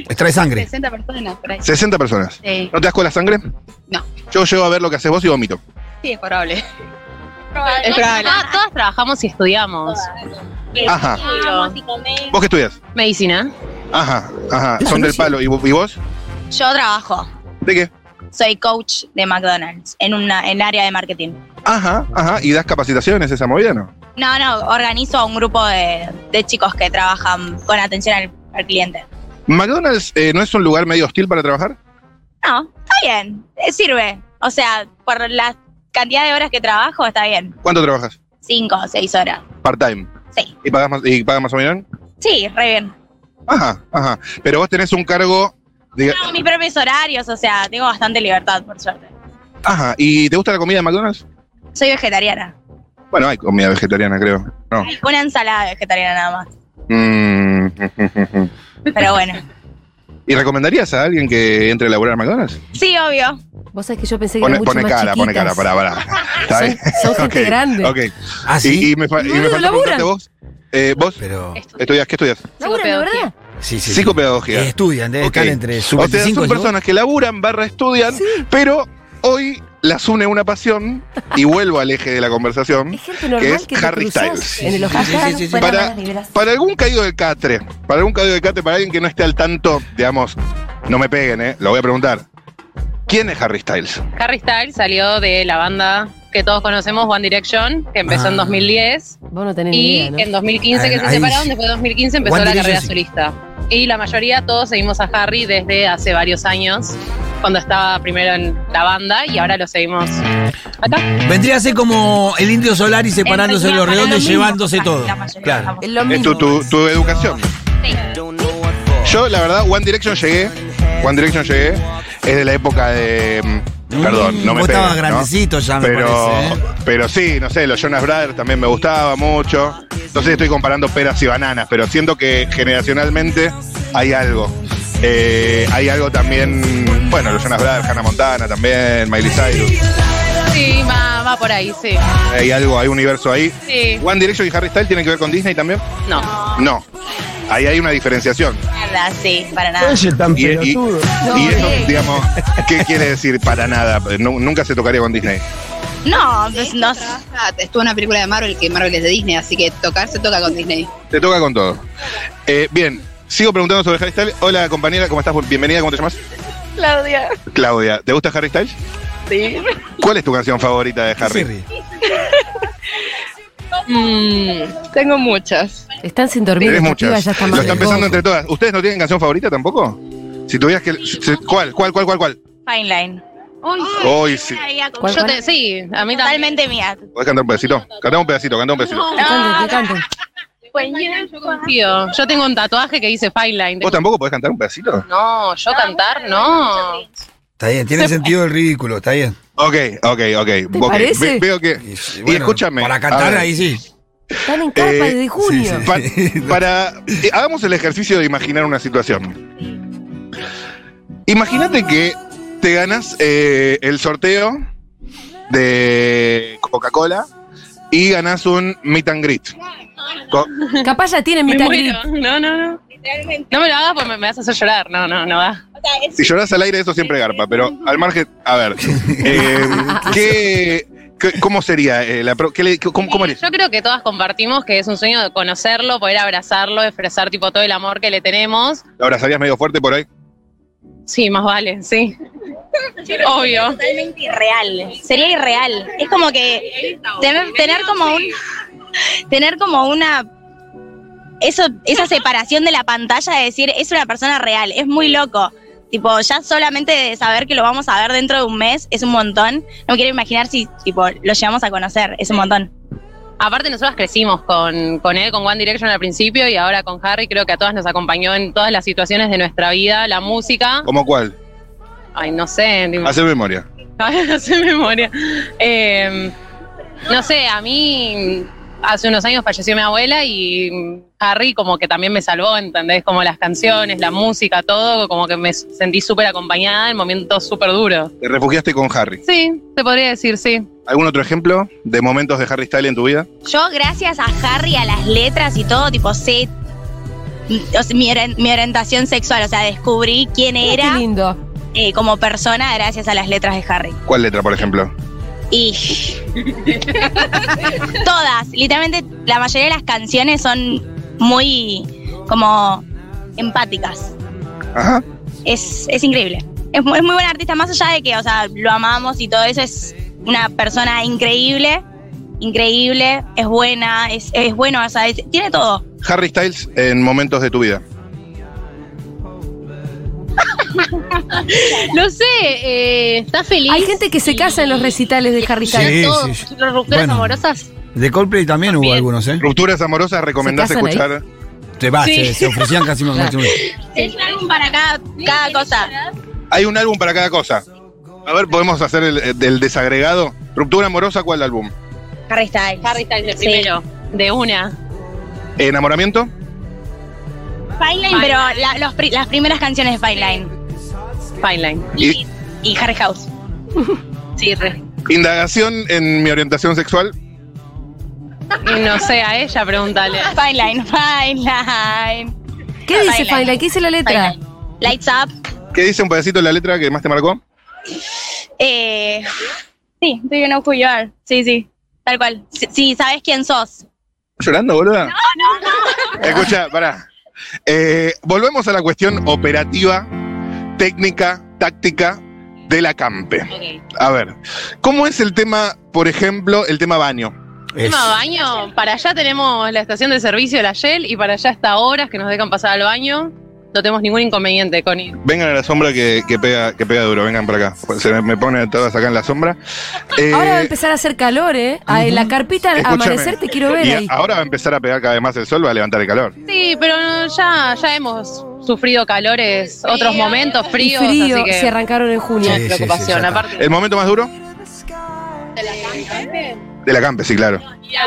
B: Extrae sangre.
F: 60 personas por ahí.
C: 60 personas.
F: Sí,
C: ¿No te asco la sangre?
F: No.
C: Yo llego a ver lo que haces vos y vomito.
F: sí, es probable.
E: Es probable. Ah, todas trabajamos y estudiamos.
C: Ajá.
E: Vamos
C: ¿Vos qué estudias?
E: Medicina.
C: Ajá, ajá.
B: Eso
C: Son
B: no
C: del
B: sé.
C: palo. ¿Y vo- y vos?
F: Yo trabajo,
C: ¿De qué?
F: soy coach de McDonald's en una en área de marketing.
C: Ajá, ajá. ¿Y das capacitaciones esa movida, no?
F: No, no, organizo un grupo de, de chicos que trabajan con atención al, al cliente.
C: ¿McDonald's eh, no es un lugar medio hostil para trabajar?
F: No, está bien, eh, sirve. O sea, por la cantidad de horas que trabajo, está bien.
C: ¿Cuánto trabajas?
F: Cinco o seis horas.
C: Part-time.
F: Sí.
C: ¿Y pagas más, y pagas más o menos?
F: Sí, re bien.
C: Ajá, ajá. Pero vos tenés un cargo. diga-
F: Tengo mis propios horarios, o sea, tengo bastante libertad, por suerte.
C: ajá. ¿Y te gusta la comida de McDonald's?
F: Soy vegetariana.
C: Bueno, hay comida vegetariana, creo. No.
F: Una ensalada vegetariana nada más.
C: Mm. *laughs*
F: Pero bueno.
C: ¿Y recomendarías a alguien que entre a laburar a McDonald's?
F: Sí, obvio.
A: Vos sabés que yo pensé que
C: Pone,
A: eran mucho
C: pone
A: más
C: cara, pone cara,
A: chiquitas.
C: pará, pará. ¿Está bien?
A: *laughs* Son, son gente
C: Ok,
A: grande.
C: Ok.
B: Ah,
C: Y,
B: sí.
C: y me, fa- y
A: Boludo,
C: me faltó
A: laburan.
C: preguntarte vos. Eh, ¿Vos
B: Pero.
C: estudias? ¿Qué estudias?
A: ¿Laburan, de verdad?
B: Sí, sí. sí.
C: Psicopedagogía.
B: Eh, Estudian, deben
C: Ok.
B: estar entre sub
C: O sea,
B: 25
C: son
B: y
C: personas que laburan, barra estudian, pero hoy las une una pasión y vuelvo al eje de la conversación.
A: Es gente normal
C: Que es
A: que te
C: Harry
A: cruzás
C: Styles.
A: en el
B: Sí, sí,
A: ojal.
B: sí, sí, sí, sí.
D: Buenas,
C: Para-
D: buenas vibras.
C: Para algún caído del catre, para algún caído del catre, para alguien que no esté al tanto, digamos, no me peguen, ¿eh? Lo voy a preguntar. ¿Quién es Harry Styles?
E: Harry Styles salió de la banda que todos conocemos, One Direction, que empezó en
B: Ah.
E: 2010.
A: Vos no tenés ni
E: Y
A: idea, ¿no?
E: en 2015 que se
B: Ahí-
E: separaron, después de 2015 empezó
B: One
E: la carrera
B: Direction,
E: solista. Y la mayoría todos seguimos a Harry desde hace varios años, cuando estaba primero en la banda y ahora lo seguimos acá.
B: Vendría a ser como el indio solar y separándose de
F: realidad,
B: los
F: para
B: redondos
F: lo
B: y
F: mismo,
B: llevándose
F: para
B: todo.
F: la mayoría
B: Claro.
F: estamos-
A: Es lo
C: Es tu,
A: mismo.
C: tu- tu educación.
F: Sí.
C: Yo, la verdad, One Direction llegué. One Direction llegué. Es de la época de. mm, Perdón, no me
B: Vos
C: pegues,
B: estabas
C: ¿no?
B: grandecito ya, me
C: pero,
B: parece. ¿eh?
C: pero sí, no sé, los Jonas Brothers también me gustaba mucho. Entonces estoy comparando peras y bananas, pero siento que generacionalmente hay algo. Eh, hay algo también, bueno, los Jonas Brothers, Hannah Montana también, Miley Cyrus.
E: Sí, va, va por ahí, sí.
C: Hay algo, hay un universo ahí.
E: Sí.
C: One Direction y Harry Styles tienen que ver con Disney también.
E: No.
C: No, ahí hay una diferenciación.
F: Mierda, sí, para nada.
H: tan
C: Y, y-
H: pelotudo.
C: y eso, digamos, ¿qué quiere decir para nada? Nu- nunca se tocaría con Disney.
F: No, pues, no sé.
G: Ah, Estuvo una película de Marvel que Marvel es de Disney, así que tocar se toca con Disney.
H: Ah,
C: Te toca con todo. Eh, bien, sigo preguntando sobre Harry Styles. Hola compañera, ¿cómo estás? Bienvenida, ¿cómo te llamas?
E: Claudia.
C: Claudia, ¿te gusta Harry Styles?
E: Sí.
C: ¿Cuál es tu canción favorita de Harry?
B: Sí,
E: Mm.
G: tengo muchas.
A: Están sin dormir.
C: Tienes
A: esta piba
C: muchas.
A: ya está
C: Lo
A: más
C: están
A: loco.
C: pensando entre todas. ¿Ustedes no tienen canción favorita tampoco? Si tuvieras que. se- ¿Cuál, cuál, cuál, cuál, cuál?
F: Fine Line.
C: Hoy sí.
A: ¿Cuál,
E: Yo
A: cuál?
E: te, sí, a mí también.
F: Totalmente mía.
C: ¿Podés cantar un pedacito? Cantamos un pedacito, cantamos un pedacito.
A: Que canten, que canten.
E: Yo confío. Yo tengo un tatuaje que dice Fine Line.
C: ¿Vos tampoco podés cantar un pedacito?
E: No, yo cantar, no.
B: Está bien, tiene sentido el ridículo, está bien.
C: Ok, ok, ok. ok.
A: parece?
C: Ve- veo que.
B: Y,
C: Y,
B: bueno,
C: escúchame.
B: Para
C: a
B: cantar
C: ver,
B: ahí sí.
A: Están en carpa
C: Eh,
A: desde junio.
B: sí, sí.
C: pa- para. eh, hagamos el ejercicio de imaginar una situación. Imagínate que te ganas eh, el sorteo de Coca-Cola y ganas un meet and greet. Co-
A: Capaz ya tienen
E: Me
A: mitad
E: muero. No, no, no. No me lo hagas porque me, me vas a hacer llorar. No, no, no va.
C: Si lloras al aire, eso siempre garpa, pero al margen, a ver, eh, ¿qué, qué- cómo sería? eh, la pro- qué le- qué- cómo, cómo harías?
E: Yo creo que todas compartimos que es un sueño de conocerlo, poder abrazarlo, expresar tipo todo el amor que le tenemos.
C: ¿La abrazarías medio fuerte por ahí?
E: Sí, más vale, sí. Obvio.
F: Totalmente irreal. Sería irreal. Es como que tener, tener como un. Tener como una. Eso, esa separación de la pantalla de decir es una persona real. Es muy loco. Tipo, ya solamente de saber que lo vamos a ver dentro de un mes es un montón. No me quiero imaginar si tipo lo llegamos a conocer. Es un montón.
E: Aparte, nosotras crecimos con, con él, con One Direction al principio y ahora con Harry. Creo que a todas nos acompañó en todas las situaciones de nuestra vida, la música.
C: ¿Cómo cuál?
E: Ay, no sé. tipo-
C: Hacer memoria.
E: *laughs* Ay, no sé memoria. Eh, no sé, a mí hace unos años falleció mi abuela y Harry como que también me salvó, ¿entendés? Como las canciones, la música, todo, como que me sentí súper acompañada en momentos súper duros.
C: Te refugiaste con Harry.
E: Sí, te podría decir, sí.
C: ¿Algún otro ejemplo de momentos de Harry Styles en tu vida?
F: Yo, gracias a Harry, a las letras y todo, tipo, sé o sea, mi, oren- mi orientación sexual, o sea, descubrí quién
A: Mira
F: era
A: Ah, Qué lindo.
F: eh, como persona gracias a las letras de Harry.
C: ¿Cuál letra, por ejemplo?
F: Y. *laughs* Todas, literalmente, la mayoría de las canciones son muy, como, empáticas.
C: Ajá.
F: Es, es increíble. Es, mu- es muy buen artista, más allá de que, o sea, lo amamos y todo eso, es una persona increíble, increíble, es buena, es, es bueno, o sea, es- tiene todo.
C: Harry Styles en momentos de tu vida.
G: No sé, eh, ¿estás feliz?
A: Hay gente que se casa en los recitales de Harry
B: Sí,
A: Styles.
G: Todo-
B: sí, sí.
G: Las rupturas
B: Bueno.
G: amorosas.
B: De Coldplay también hubo
G: También.
B: algunos, ¿eh?
C: Rupturas amorosas, ¿recomendás
A: ¿Se casan ahí?
C: escuchar?
B: Te va,
G: Sí.
B: se, se ofrecían casi más.
A: Claro.
F: Es un álbum para cada, cada cosa.
C: Hay un álbum para cada cosa. A ver, podemos hacer el, el desagregado. Ruptura amorosa, ¿cuál álbum?
F: Harry Styles.
E: Harry Styles, el primero, de una.
C: ¿Enamoramiento?
F: Fine Line, pero la- los pri- las primeras canciones de Fine Line.
E: Fine Line.
C: Y-
F: Y Harry House.
E: Sí, re.
C: Indagación en mi orientación sexual.
E: Y No sé, a ella pregúntale.
F: Fine Line, *laughs* Fine Line.
E: Ah,
A: ¿Qué dice
F: Baila.
A: Fine Line? ¿Qué dice la letra?
F: Fine Line. Lights Up.
C: ¿Qué dice un pedacito de la letra que más te marcó?
F: Eh, sí, do you know who you are? Sí, sí. Tal cual. Sí, sí, sabes quién sos.
C: ¿Estás llorando, boluda? No, no, no. Escucha, pará. Eh, volvemos a la cuestión operativa, técnica, táctica de la Campe.
E: Ok.
C: A ver, ¿cómo es el tema, por ejemplo, el tema baño?
B: Es-
E: Tema baño, para allá tenemos la estación de servicio de la Shell y para allá hasta horas que nos dejan pasar al baño. No tenemos ningún inconveniente con ir.
C: Vengan a la sombra que, que pega, que pega duro, vengan para acá. Se me, me ponen todas acá en la sombra. Eh,
A: Ahora va a empezar a hacer calor, ¿eh? Ah, en la carpita al
C: escúchame.
A: amanecer te quiero ver
C: Y
A: ahí.
C: Ahora va a empezar a pegar cada vez más el sol, va a levantar el calor.
E: Sí, pero no, ya, ya hemos sufrido calores, otros momentos
A: Y
E: fríos,
A: frío,
E: así que
A: se arrancaron en junio.
E: no
B: Sí,
E: es
B: sí, sí,
E: preocupación.
B: ya está.
E: Aparte,
C: ¿El momento más duro? De la Campe, sí, claro.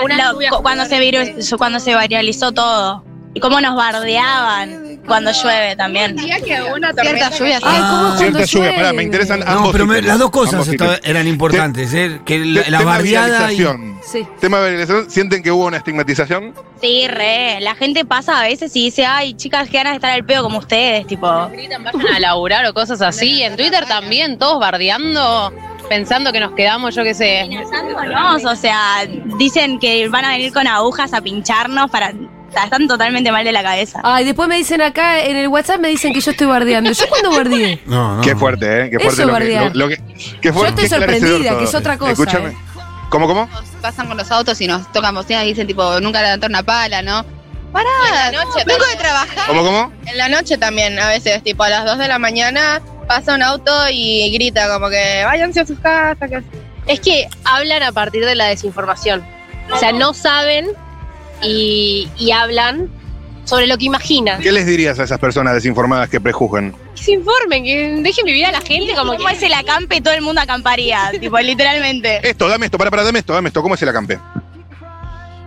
F: La- cu- cuando, se virus, cuando se viralizó todo. Y cómo nos bardeaban cuando llueve también.
G: Ciertas lluvias.
A: Ay, Ah, ¿cómo es cuando
C: Cierta lluvia, pará,
A: llueve?
C: me interesan
B: No,
C: Ah, ambos.
B: pero me-
C: ítems,
B: las dos cosas
C: ambos
B: estaba-
C: ítems.
B: eran importantes, ¿eh? Que la,
C: Te-
B: la
C: tema
B: barriada. y-
C: viralización.
A: Sí.
C: Tema de viralización, ¿sienten que hubo una estigmatización?
F: Sí, re. La gente pasa a veces y dice, ay, chicas, qué ganas de estar al pedo como ustedes, tipo.
E: vayan a laburar o cosas así. En Twitter también, todos bardeando, pensando que nos quedamos, yo qué sé.
F: Amenazándonos, o sea, dicen que van a venir con agujas a pincharnos para. o sea, están totalmente mal de la cabeza.
A: Ay, después me dicen acá, en el WhatsApp me dicen que yo estoy bardeando. ¿Yo cuándo bardeé?
B: No, no.
C: Qué fuerte, ¿eh? Qué fuerte
A: Eso,
C: lo que,
A: bardear.
C: lo, lo que, qué fuerte,
A: estoy
C: qué esclarecedor
A: sorprendida,
C: todo.
A: que es otra cosa,
C: Escúchame.
A: eh.
C: ¿Cómo, cómo?
G: Pasan con los autos y nos tocan bocinas y dicen, tipo, nunca levantar una pala, ¿no? Pará, vengo de trabajar.
C: ¿Cómo, cómo?
H: En la noche también, a veces, tipo a las 2 de la mañana, pasa un auto y grita como que váyanse a sus casas. que-".
I: Es que hablan a partir de la desinformación. O sea, no saben y, y hablan sobre lo que imaginan.
C: ¿Qué les dirías a esas personas desinformadas que prejuzgan?
I: Que se informen, que dejen vivir a la gente como que...
F: ¿Cómo es el acampe? Todo el mundo acamparía, *laughs* tipo, literalmente.
C: Esto, dame esto, para, para, dame esto, dame esto. ¿Cómo es el acampe?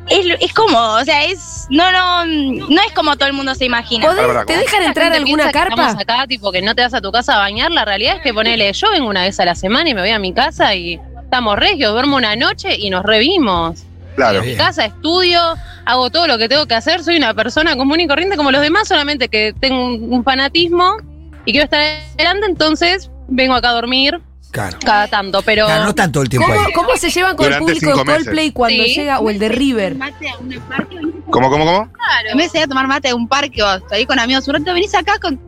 F: Es, es cómodo, o sea, es. No, no. No es como todo el mundo se imagina.
A: ¿Podés-
C: Bárbara,
A: ¿Te
C: ¿cómo?
A: dejan
E: La
A: entrar a
E: gente
A: alguna
E: piensa que
A: carpa?
E: Estamos acá, tipo, que no te vas a tu casa a bañar. La realidad es que ponele, yo vengo una vez a la semana y me voy a mi casa y estamos regios, duermo una noche y nos revimos.
C: Claro.
E: En casa estudio, hago todo lo que tengo que hacer, soy una persona común y corriente como los demás, solamente que tengo un, un fanatismo y quiero estar adelante, entonces vengo acá a dormir
B: Claro.
E: cada tanto, pero...
B: Claro, no tanto el tiempo
A: ¿Cómo,
B: ahí.
A: cómo se llevan con
C: Durante
A: el público
C: cinco
A: de
C: meses.
A: Coldplay cuando
E: Sí.
A: llega? O el de River.
C: ¿Cómo, cómo, cómo?
G: En vez de ir a tomar mate a un parque o salir con amigos un rato, venís acá con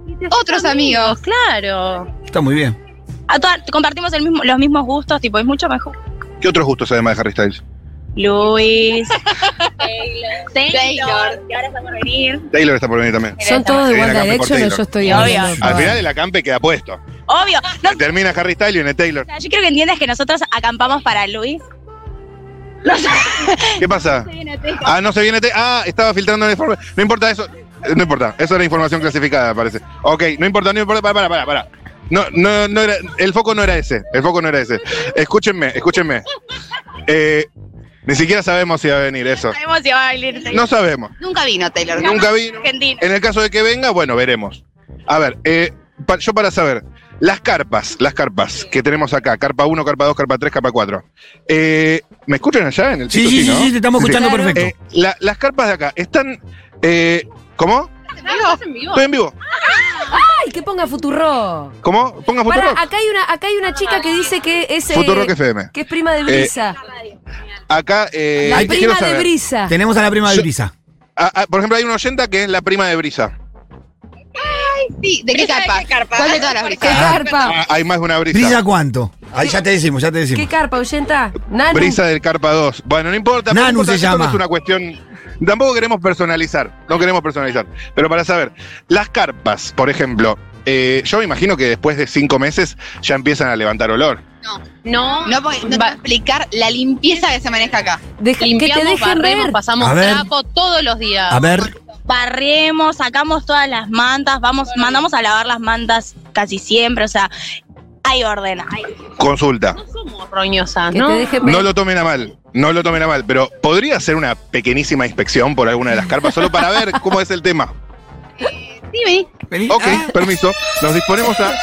G: otros amigos.
E: Claro.
B: Está muy bien.
F: A todas- compartimos el mismo, los mismos gustos, tipo, es mucho mejor.
C: ¿Qué otros gustos además de Harry Styles?
I: *laughs*
F: Luis.
G: Taylor.
F: que ahora está por venir.
C: Taylor está por venir también.
A: ¿Son todos de
C: Sí,
A: One
C: la Campe
A: Direction o
C: Cortelo.
A: yo estoy
F: Obvio.
A: hablando?
C: Al final el acampe queda puesto.
F: Obvio. No, o
C: Termina Harry Styles y viene Taylor.
F: sea, yo creo que entiendas que nosotros acampamos para Luis.
C: ¿Qué pasa? Ah, no se viene Taylor. Ah, estaba filtrando el informe. No importa eso. Eh, No importa. Eso era información clasificada, parece. Ok, no importa, no importa. Para, para, para. para. No, no, no era. El foco no era ese. El foco no era ese. Escúchenme, escúchenme. Eh, ni siquiera sabemos si va a venir eso.
F: Sabemos si va a venir
C: No sabemos.
G: Nunca vino Taylor.
C: Nunca vino.
F: Argentina.
C: En el caso de que venga, bueno, veremos. A ver, eh, pa- yo para saber, las carpas, las carpas que tenemos acá, carpa 1, carpa 2, carpa 3, carpa 4. Eh, ¿Me escuchan allá en el
B: Sí,
C: piso?
B: sí, sí,
C: ¿no?
B: sí, te estamos escuchando
A: Claro.
B: perfecto.
C: Eh, la- las carpas de acá están. eh, ¿Cómo? Estoy en vivo.
A: Ay, que ponga Futuro.
C: ¿Cómo? Ponga
A: Para,
C: Futurock.
A: acá hay una, acá hay
E: Ah,
A: una chica que dice que es eh,
C: Futurock FM.
A: que es prima de
C: Eh,
A: Brisa.
C: Acá, eh,
A: la
C: quiero
A: prima de
C: saber.
A: Brisa.
B: Tenemos a la prima de
C: Yo-
B: Brisa.
C: Ah, ah, por ejemplo, hay una oyenta que es la prima de Brisa.
G: Sí, ¿de qué carpa? ¿Cuál de todas las
A: ¿Qué
G: brisas?
A: carpa?
C: Ah, hay más de una Brisa.
B: ¿Brisa cuánto? Ahí ya te decimos, ya te
A: ¿Qué
B: decimos.
A: carpa, oyenta? Nanu.
C: Brisa del Carpa 2. Bueno, no importa.
B: Nanu
C: no importa,
B: se
C: esto
B: llama.
C: No es una cuestión. Tampoco queremos personalizar. No queremos personalizar. Pero para saber, las carpas, por ejemplo, eh, yo me imagino que después de cinco meses ya empiezan a levantar olor.
E: No,
G: No, porque no te voy
E: Va-
G: a explicar la limpieza que se maneja acá.
A: Deja- que te
E: limpiamos,
A: dejen
E: barremos,
A: ver.
E: pasamos
B: A ver.
E: trapo todos los días.
B: A ver,
F: Barremos, sacamos todas las mantas, vamos, mandamos a lavar las mantas casi siempre, o sea, hay orden. hay-
C: Consulta.
E: No somos roñosas,
A: Que
E: ¿no?
A: te dejen ver.
C: No lo tomen a mal. No lo tomen a mal. Pero podría hacer una pequeñísima inspección por alguna de las carpas solo para ver cómo es el tema.
G: Sí, vení.
B: vení.
C: Ok,
B: Ah,
C: permiso. Nos disponemos a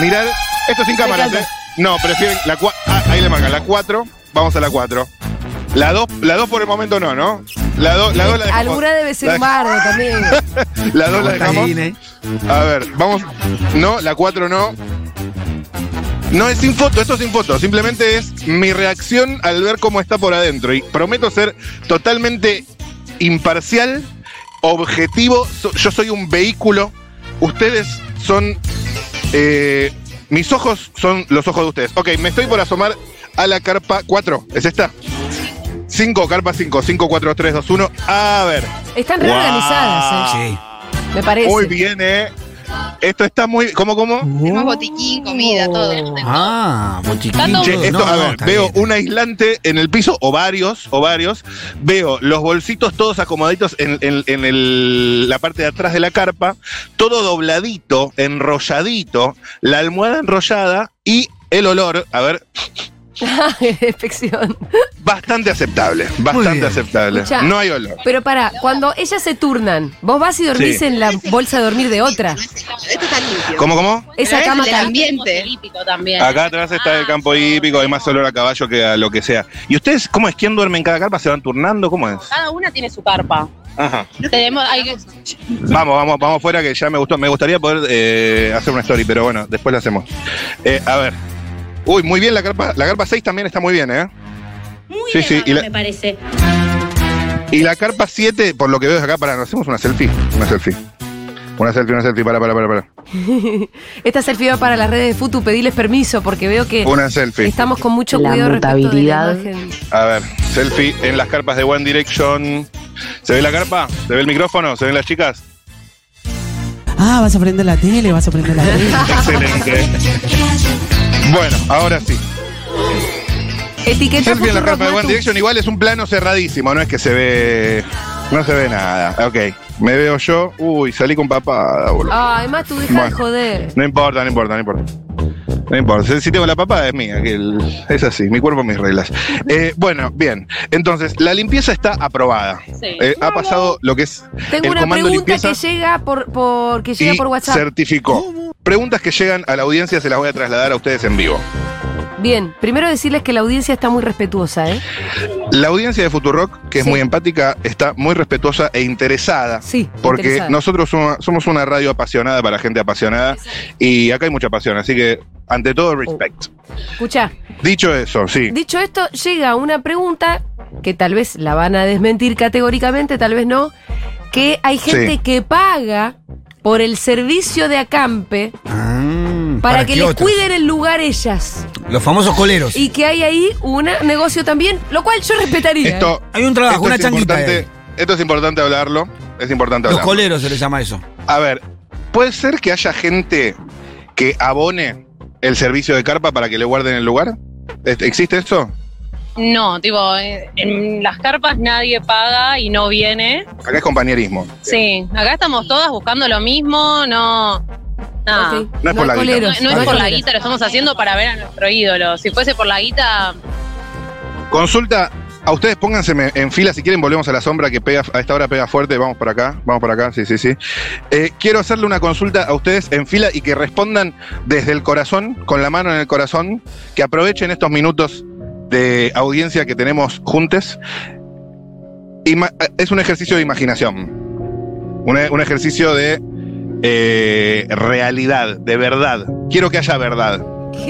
C: mirar. Esto sin cámaras, ¿eh? No, prefieren la 4. Ah, ahí le marcan. La 4. Vamos a la 4. La 2 la dos por el momento no, ¿no? La 2 la, dos la dejamos.
A: Alguna debe ser
C: La-
A: un
C: *laughs*
A: bardo también.
C: La 2 la
B: está
C: dejamos.
B: bien, eh.
C: A ver, vamos. No, la 4 no. No es sin foto, esto es sin foto. Simplemente es mi reacción al ver cómo está por adentro. Y prometo ser totalmente imparcial, objetivo. So- yo soy un vehículo. Ustedes son eh, Mis ojos son los ojos de ustedes. Ok, me estoy por asomar a la carpa 4. ¿Es esta? 5, carpa 5, 5, 4, 3, 2, 1. A ver.
A: Están reorganizadas,
B: Sí.
A: ¿eh? me parece.
C: Hoy
A: *laughs*
C: viene. eh. Esto está muy. ¿Cómo, cómo?
G: Tenemos botiquín, comida, todo.
B: Ah, botiquín.
C: Che, esto,
B: No,
C: a
B: no,
C: ver,
B: está
C: veo
B: bien.
C: un aislante en el piso, o varios, o varios. Veo los bolsitos todos acomodaditos en, en- en el- la parte de atrás de la carpa, todo dobladito, enrolladito, la almohada enrollada y el olor, a ver,
A: Inspección.
C: bastante aceptable,
B: bien.
C: bastante aceptable.
A: Escuchá.
C: No hay olor.
A: Pero para, cuando ellas se turnan, vos vas y dormís
C: Sí.
A: en la bolsa de dormir de otra.
G: Esto está limpio.
C: ¿Cómo, cómo?
A: Esa
G: Pero
A: cama
G: es el
A: tan-
G: ambiente.
E: Hípico también.
C: Acá atrás está el campo hípico, hay más olor a caballo que a lo que sea. ¿Y ustedes cómo es? ¿Quién duerme en cada carpa? ¿Se van turnando? ¿Cómo es?
E: Cada una tiene su carpa.
C: Ajá.
E: Tenemos, hay que-
C: Vamos, vamos, vamos fuera que ya me gustó. Me gustaría poder eh, hacer una story, pero bueno, después la hacemos. Eh, a ver. Uy, muy bien la carpa. La carpa 6 también está muy bien, ¿eh? Muy sí, sí. Y la,
D: parece.
C: y la carpa 7, por lo que veo desde acá, para, nos hacemos una selfie. Una selfie. Una selfie, una selfie, para, para, para, para.
A: Esta selfie va para las redes de Futu, pediles permiso porque veo que
C: Una selfie.
A: estamos con mucho
J: La
A: cuidado respecto de la
J: mutabilidad.
A: imagen.
C: A ver, selfie en las carpas de One Direction. ¿Se ve la carpa? ¿Se ve el micrófono? ¿Se ven las *laughs* chicas?
J: Ah, vas a prender la tele, vas a prender la tele.
C: Excelente. Bueno, ahora sí.
A: Etiqueta
C: Selfie en la
A: Futurock,
C: carpa de One
A: Matu.
C: Direction, igual es un plano cerradísimo, no es que se ve. No se ve nada. Ok, me veo yo. Uy, salí con papada, boludo.
A: Ay, Matu, deja de
C: Bueno.
A: joder.
C: No importa, no importa, no importa. No importa, si- si tengo la papada es mía, que el- es así, mi cuerpo, mis reglas. Eh, bueno, bien, entonces la limpieza está aprobada.
E: sí.
C: Eh, ha pasado lo que es
A: Tengo
C: el
A: una
C: comando
A: pregunta
C: limpieza
A: que llega por, por- que llega
C: y
A: por WhatsApp.
C: certificó. Preguntas que llegan a la audiencia se las voy a trasladar a ustedes en vivo.
A: Bien, primero decirles que la audiencia está muy respetuosa, ¿eh?
C: La audiencia de Futurock, que es
A: Sí.
C: muy empática, está muy respetuosa e interesada
A: Sí.
C: Porque
A: interesada.
C: nosotros somo- somos una radio apasionada para gente apasionada y acá hay mucha pasión, así que ante
A: Oh.
C: todo respect.
A: Escuchá,
C: Dicho eso, sí.
A: dicho esto, llega una pregunta que tal vez la van a desmentir categóricamente, tal vez no, que hay gente
C: Sí.
A: que paga por el servicio de acampe
B: Ah,
A: para, que, les
B: otros?
A: cuiden el lugar ellas.
B: Los famosos coleros.
A: Y que hay ahí un negocio también, lo cual yo respetaría. ¿eh?
C: Esto,
B: Hay un trabajo,
C: esto
B: una
C: es
B: changuita. eh.
C: importante, esto es importante hablarlo. Es importante
B: Los
C: hablarlo.
B: coleros se les llama eso.
C: A ver, ¿puede ser que haya gente que abone el servicio de carpa para que le guarden el lugar? Este, ¿Existe eso?
E: No, tipo, eh, en las carpas nadie paga y no viene.
C: Acá es compañerismo.
E: Sí, acá estamos todas buscando lo mismo, no. Nada.
A: Ok,
C: No es por la
A: hay ¿eh?
C: guita.
E: No,
A: coleros,
E: no
A: hay
E: es por la
A: coleros.
E: guita, lo estamos haciendo para ver a nuestro ídolo. Si fuese por la guita,
C: Consulta. A ustedes pónganse en fila si quieren, volvemos a la sombra que pega, a esta hora pega fuerte, vamos para acá, vamos para acá, sí, sí, sí. Eh, quiero hacerle una consulta a ustedes en fila y que respondan desde el corazón, con la mano en el corazón, que aprovechen estos minutos de audiencia que tenemos juntos. es un ejercicio de imaginación, un, e- un ejercicio de eh, realidad, de verdad. Quiero que haya verdad,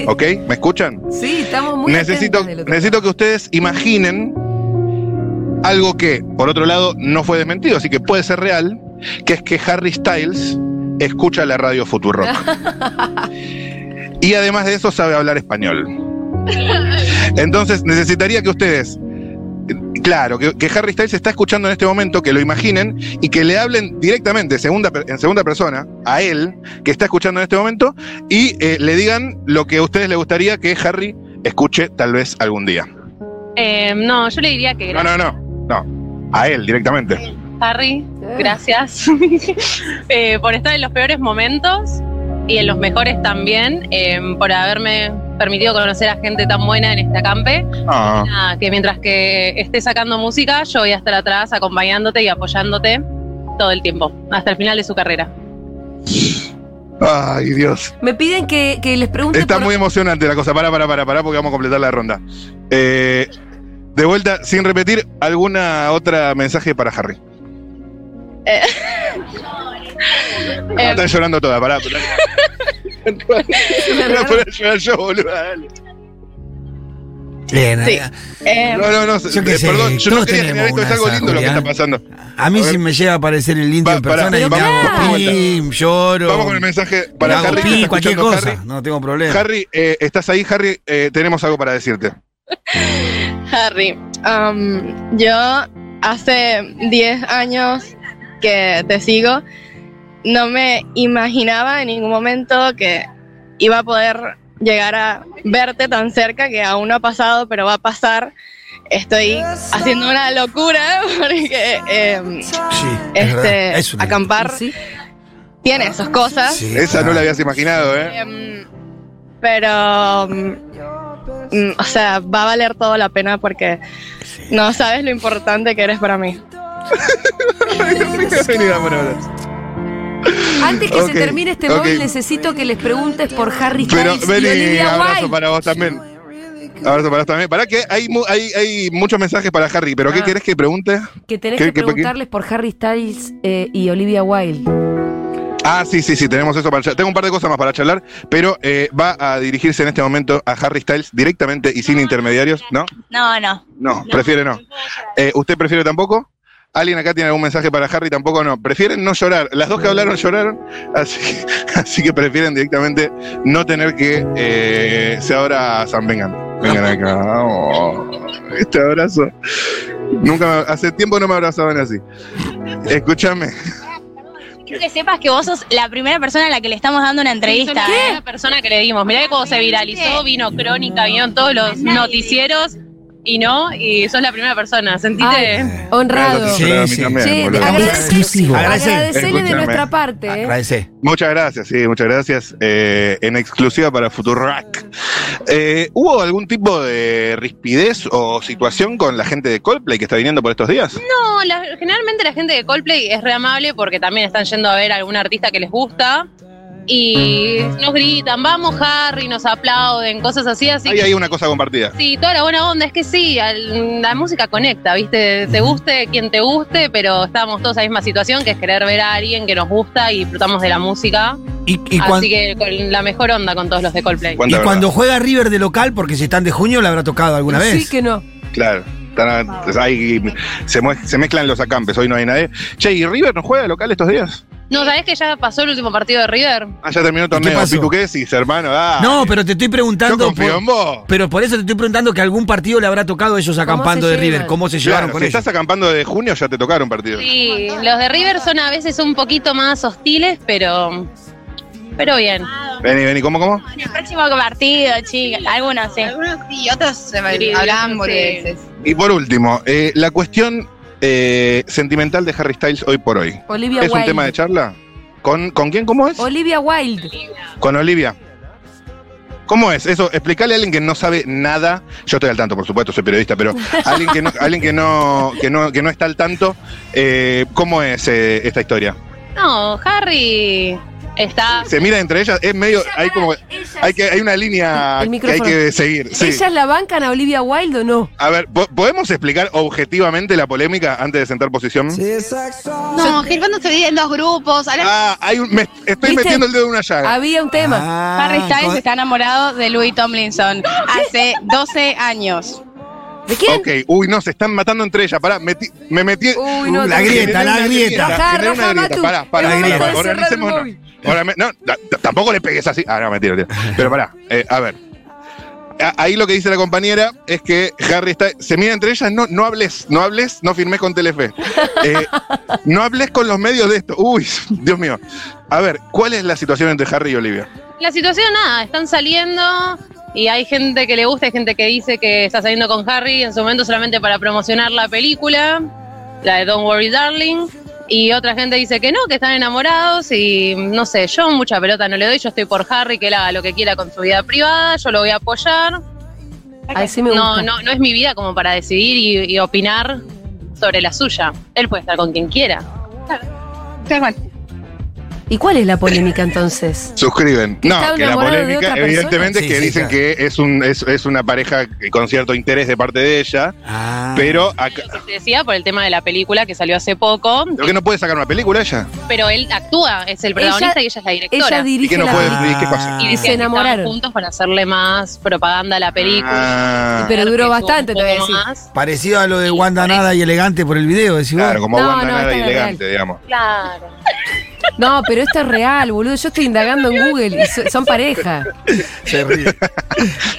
C: ¿ok? ¿Me escuchan?
A: Sí, estamos muy
C: necesito,
A: atentas del otro.
C: necesito que ustedes imaginen algo que, por otro lado, no fue desmentido, así que puede ser real, que es que Harry Styles escucha la
A: *laughs*
C: radio Futurock. y además de eso sabe hablar español. Entonces necesitaría que ustedes, claro, que, que Harry Styles está escuchando en este momento, que lo imaginen y que le hablen directamente, segunda, per- en segunda persona, a él, que está escuchando en este momento, y eh, le digan lo que a ustedes les gustaría que Harry escuche tal vez algún día.
E: eh, no, yo le diría que
C: No,
E: gracias,
C: no, no, no. A él directamente.
E: Harry, gracias *laughs* eh, por estar en los peores momentos y en los mejores también, eh, por haberme permitido conocer a gente tan buena en este acampe.
C: Ah,
E: Nada, que mientras que estés sacando música, yo voy a estar atrás acompañándote y apoyándote todo el tiempo, hasta el final de su carrera.
C: Ay, Dios.
A: Me piden que, que les pregunte
C: Está
A: por- *laughs*
C: muy emocionante la cosa. Para, para, para, para, porque vamos a completar la ronda. Eh, de vuelta, sin repetir, ¿alguna otra mensaje para Harry? Ah,
E: Eh,
C: están llorando todas, pará. No
A: Me
C: *laughs* puedo llorar yo, boludo. dale.
B: Eh,
H: Sí.
B: na-
H: Eh,
C: No, no, no.
B: Yo qué
C: eh,
B: sé,
C: perdón, yo no
B: todos
C: quería generar
B: tenemos
C: esto. Es
B: una
C: algo lindo lo que
B: seguridad.
C: está pasando.
B: A mí si me llega a aparecer el indio
C: Pa-
B: en
C: para-
B: persona y me
C: pero
B: hago
C: claro.
B: pim, lloro.
C: Vamos con el mensaje para
B: me hago pim,
C: Harry. ¿Estás escuchando,
B: cualquier cosa.
C: Harry?
B: No tengo problema.
C: Harry, eh, ¿estás ahí, Harry? Eh, tenemos algo para decirte.
H: Harry, am, yo hace 10 años que te sigo, no me imaginaba en ningún momento que iba a poder llegar a verte tan cerca, que aún no ha pasado, pero va a pasar. Estoy haciendo una
G: *laughs*
H: locura *laughs* porque em,
B: Sí, es verdad.
H: este,
B: Es una-
H: acampar
A: Sí.
H: tiene sus cosas.
B: Sí,
C: Esa
B: claro.
C: no la habías imaginado, ¿eh?
H: Em, pero, mm, mm, o sea, va a valer todo la pena porque no sabes lo importante que eres para mí.
C: *laughs* Vení, vámonos, vámonos.
A: Antes que
C: Ok,
A: se termine este
C: ok.
A: móvil, necesito que les preguntes por Harry
C: Pero,
A: Styles y
C: vení,
A: Olivia
C: abrazo
A: Wilde.
C: para vos también. Abrazo para vos también. Para que hay, mu- hay, hay muchos mensajes para Harry, pero ¿qué
A: Ah.
C: querés que pregunte?
A: Que tenés
C: ¿Qué-
A: que
C: qué- qué?
A: preguntarles por Harry Styles eh, y Olivia Wilde.
C: Ah, sí, sí, sí, tenemos eso para charlar. Tengo un par de cosas más para charlar, pero eh, va a dirigirse en este momento a Harry Styles directamente y sin intermediarios, ¿no?
F: No, no.
C: No, prefiere no. Eh, ¿Usted prefiere tampoco? ¿Alguien acá tiene algún mensaje para Harry? Tampoco no. Prefieren no llorar. Las dos que hablaron lloraron, *laughs* así que, así que prefieren directamente no tener que eh, se abrazan. Vengan, vengan acá. Oh, este abrazo. Nunca me- hace tiempo no me abrazaban así. Escúchame.
F: Quiero que sepas que vos sos la primera persona a la que le estamos dando una entrevista.
E: ¿Qué?
F: ¿eh?
E: La persona que le dimos. Mirá que cómo se viralizó, vino Crónica, vino todos los noticieros y no, y sos la primera persona. Sentite.
A: Ay, honrado.
C: Gracias,
B: Sí,
C: llorar a mí
B: sí.
C: también,
A: Che,
C: boludo.
B: Exclusivo. Agradece-
A: Agradecele de
C: Escúchame.
A: nuestra parte. ¿eh?
B: Agradecé.
C: Muchas gracias, sí, muchas gracias. Eh, en exclusiva para Futurock. Eh, ¿Hubo algún tipo de rispidez o situación con la gente de Coldplay que está viniendo por estos días?
E: No, la- generalmente la gente de Coldplay es re amable porque también están yendo a ver a algún artista que les gusta y nos gritan, vamos Harry, nos aplauden, cosas así, así
C: Hay
E: que-
C: ahí una cosa compartida.
E: Sí, toda la buena onda, es que sí, al- la música conecta, ¿viste? Te guste quien te guste, pero estamos todos en la misma situación, que es querer ver a alguien que nos gusta y disfrutamos de la música.
B: Y, y cuan-
E: Así que con la mejor onda con todos los de Coldplay.
B: y
C: Cuánta verdad.
B: cuando juega River de local, porque si están de junio, la habrá tocado alguna vez.
A: Sí que no.
C: Claro. están- pues ahí se, mue- se mezclan los acampes, hoy no hay nadie. Che, ¿y River no juega local estos días?
E: ¿No sabés que ya pasó el último partido de River?
C: Ah, ya terminó el torneo.
B: pasó?
C: Pitu, ¿Qué decís, hermano? Ah,
B: No, pero te estoy
C: yo
B: preguntando.
C: confío
B: por-
C: en vos.
B: pero por eso te estoy preguntando que algún partido le habrá tocado a ellos acampando
A: se
B: de
A: llevan?
B: River. ¿Cómo se llevaron
C: Claro,
B: con
C: si
B: ellos?
C: estás acampando de junio, ya te tocaron partidos.
E: Sí, los de River son a veces un poquito más hostiles, pero. Pero bien.
C: Vení, vení, ¿cómo, cómo?
F: ¿eh? El próximo partido, chicas. Algunos sí.
G: Algunos sí, otros se me
E: Sí,
G: hablaban
E: sí.
G: boludeces.
C: Y por último, eh, la cuestión eh, sentimental de Harry Styles hoy por hoy.
A: Olivia
C: ¿Es
A: Wilde.
C: un tema de charla? ¿Con, ¿Con quién? ¿Cómo es?
A: Olivia Wilde.
C: Con Olivia. ¿Cómo es? Eso, explícale a alguien que no sabe nada. Yo estoy al tanto, por supuesto, soy
A: *laughs*
C: periodista, pero alguien que no, alguien que no, que no, que no está al tanto, eh, ¿cómo es eh, esta historia?
E: No, Harry está.
C: Se mira entre ellas, es medio, hay como hay que, hay una línea
A: El
C: que hay
A: micrófono.
C: que seguir. Sí.
A: ¿Ellas la bancan a Olivia Wilde o no?
C: A ver, ¿po- ¿podemos explicar objetivamente la polémica antes de sentar posición?
G: No, Gilberto se divide en dos grupos. a la-
C: Ah, hay un- me estoy
A: ¿Viste?
C: metiendo el dedo en una llaga.
A: Había un tema.
B: Ah,
H: Harry Styles
B: con-
H: está enamorado de Louis Tomlinson hace 12 años.
A: ¿De quién?
C: Ok, uy, no, se están matando entre ellas. Pará, metí- me metí.
A: Uy, no.
B: Uh, la
A: te-
B: grieta,
C: Generé
B: la
C: una
B: grieta.
A: Rajá,
C: generé una
A: rajá,
C: grieta.
A: Matu.
C: Pará, pará,
A: Era
B: un
A: momento
C: pará,
A: de cerrar el
C: organicémonos.
A: móvil.
C: Ahora me- no, ta- ta- tampoco le pegues así. Ah, no, mentira, mentira. Pero pará, eh, a ver. A- Ahí lo que dice la compañera es que Harry está. Se mira entre ellas, no, no hables, no hables, no firmes con Telefe. Eh, no hables con los medios de esto. Uy, Dios mío. A ver, ¿cuál es la situación entre Harry y Olivia?
E: La situación, nada, están saliendo y hay gente que le gusta, hay gente que dice que está saliendo con Harry en su momento solamente para promocionar la película, la de Don't Worry Darling. Y otra gente dice que no, que están enamorados y no sé, yo mucha pelota no le doy, yo estoy por Harry, que él haga lo que quiera con su vida privada, yo lo voy a apoyar.
A: Así me gusta.
E: No, no, no es mi vida como para decidir y, y opinar sobre la suya. Él puede estar con quien quiera.
G: Tal cual.
A: ¿Y cuál es la polémica
C: *laughs*
A: entonces?
C: Suscriben.
A: Que
C: No,
A: está
C: que la
A: enamorado de otra
C: polémica,
A: persona.
C: evidentemente, es
B: Sí,
C: que
B: sí,
C: dicen
B: claro.
C: que es, un, es, es una pareja que- con cierto interés de parte de ella,
B: Ah.
C: pero acá-
E: Te decía por el tema de la película que salió hace poco,
C: Creo que no puede sacar una película ella.
E: pero él actúa, es el protagonista y ella es la directora.
A: Ella dirige
C: Y que no
A: la
C: puede.
A: película.
C: ¿Y pues, qué pasa?
E: Ah.
A: se
B: Ah.
E: y decían que estaban
A: enamoraron.
E: juntos para hacerle más propaganda a la película.
C: Ah,
A: Pero duró bastante, te voy a decir.
B: Parecido a lo de Wanda Nada y elegante por el video, decís vos.
C: claro, como
A: No,
C: Wanda
A: no,
C: Nara
A: está
C: y
A: bien.
C: elegante, digamos. *laughs*
E: Claro.
A: No, pero esto es real, boludo. Yo estoy indagando en Google y so- son pareja.
B: Se
C: *laughs*
B: ríe.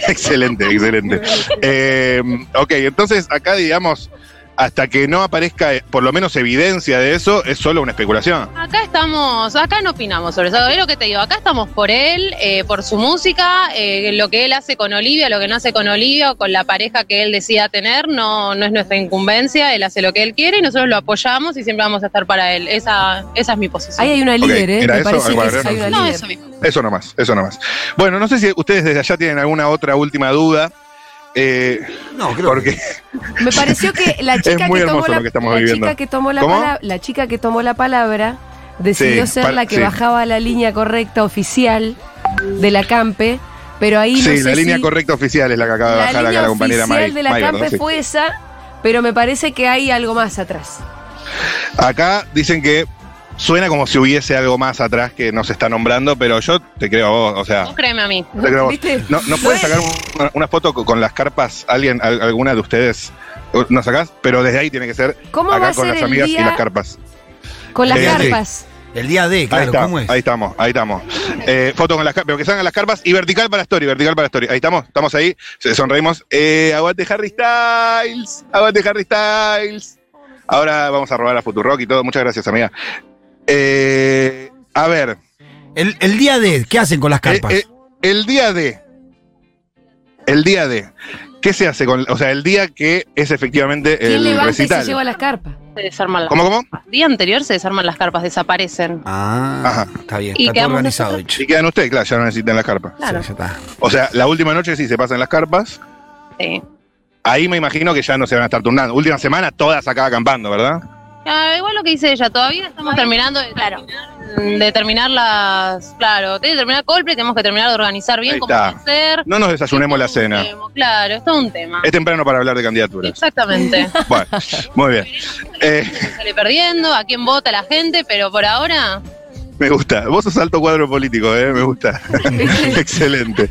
C: excelente, excelente. Eh, ok, entonces acá, digamos, hasta que no aparezca eh, por lo menos evidencia de eso, es solo una especulación.
E: Acá estamos, acá no opinamos sobre eso. Es lo que te digo, acá estamos por él, eh, por su música, eh, lo que él hace con Olivia, lo que no hace con Olivia, o con la pareja que él decida tener, no, no es nuestra incumbencia, él hace lo que él quiere y nosotros lo apoyamos y siempre vamos a estar para él. Esa, esa es mi posición.
A: Ahí hay una
C: Ok,
A: líder, ¿eh?
C: ¿era
A: Me
C: eso?
A: parece
C: Algo
A: que
C: agregar,
A: hay una
C: no,
G: No,
A: líder.
G: eso mismo.
C: Eso nomás, eso nomás. Bueno, no sé si ustedes desde allá tienen alguna otra última duda. eh,
B: No, creo que-
C: porque
A: Me pareció que la chica,
C: muy
A: que, tomó
C: hermoso
A: la,
C: lo que estamos
A: la
C: viviendo.
A: chica que tomó la
C: ¿Cómo?
A: palabra, la chica que tomó la palabra decidió
C: Sí,
A: ser
C: par-
A: la que
C: sí.
A: bajaba la línea correcta oficial de la Campe, pero ahí no
C: sí,
A: sé
C: la línea
A: si
C: correcta oficial es la que acaba de
A: la
C: bajar acá
A: línea
C: la compañera
A: oficial
C: May.
A: de la
C: May,
A: Campe
C: ¿verdad? Sí.
A: fue esa, pero me parece que hay algo más atrás.
C: Acá dicen que suena como si hubiese algo más atrás que no se está nombrando, pero yo te creo a vos, o sea,
E: Vos créeme a mí.
C: te creo a vos.
A: ¿Viste?
C: No, ¿no puedes sacar un- una, una foto co- con las carpas? ¿Alguien, al- alguna de ustedes? ¿No sacás? Pero desde ahí tiene que ser
A: ¿Cómo va
C: acá
A: a
C: con
A: ser
C: las
A: el
C: amigas y las
A: día
C: carpas.
A: con las
C: Eh, sí.
A: carpas?
B: El día D,
C: Ahí,
B: claro,
C: está,
B: ¿cómo es?
C: ahí estamos, ahí estamos. Eh, foto con las carpas, pero que salgan las carpas y vertical para Story, vertical para Story. Ahí estamos, estamos ahí, se- sonreímos. Eh, aguante Harry Styles, aguante Harry Styles. Ahora vamos a robar a Futurock y todo. Muchas gracias, amiga. Eh, a ver,
B: El, el día D, ¿qué hacen con las carpas?
C: Eh, eh, el día de. El día de. ¿Qué se hace con.? O sea, el día que es efectivamente
A: ¿Quién
C: el
A: levanta y
C: recital.
A: se lleva las carpas?
E: Se desarman las
C: ¿Cómo, cómo?
E: El día anterior se desarman las carpas, desaparecen.
B: ah,
C: Ajá.
B: está bien, está
E: Y
B: todo
E: quedamos
B: organizado. hecho.
C: Y quedan ustedes, claro, ya no necesitan las carpas.
E: Claro.
B: Sí, ya está.
C: O sea, la última noche sí se pasan las carpas.
E: Sí.
C: Ahí me imagino que ya no se van a estar turnando. Última semana todas acá acampando, ¿verdad?
E: Ah, igual lo que dice ella, todavía estamos terminando de,
F: Claro.
E: de terminar las. Claro, tiene que terminar Coldplay, tenemos que terminar de organizar bien
C: Ahí
E: cómo
C: está.
E: va a ser.
C: No nos desayunemos la cena.
E: Claro, es todo un tema.
C: Es temprano para hablar de candidaturas. *laughs*
E: Exactamente.
C: Bueno, muy bien. Eh,
E: Se sale perdiendo, a quién vota la gente, pero por ahora.
C: me gusta. Vos sos alto cuadro político, ¿eh? Me gusta. *laughs* Excelente.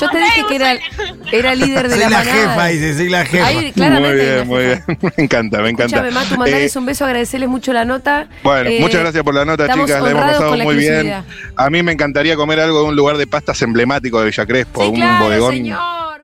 A: Yo te dije que era, era líder de
B: Soy
A: la,
B: la
A: manada.
B: jefa, dice, soy la jefa.
A: Ahí claramente
C: muy
A: hay una
C: bien, muy
A: jefa.
C: bien. *laughs* Me encanta, me encanta.
A: Escúchame, Matu,
C: Eh,
A: mandarles un beso, agradecerles mucho la nota.
C: Bueno,
A: Eh,
C: muchas gracias por la nota,
A: estamos
C: chicas. La hemos
A: honrados
C: pasado
A: con la
C: muy bien.
A: exclusividad.
C: A mí me encantaría comer algo de un lugar de pastas emblemático de Villa Crespo,
A: Sí,
C: un
A: claro,
C: bodegón
A: señor.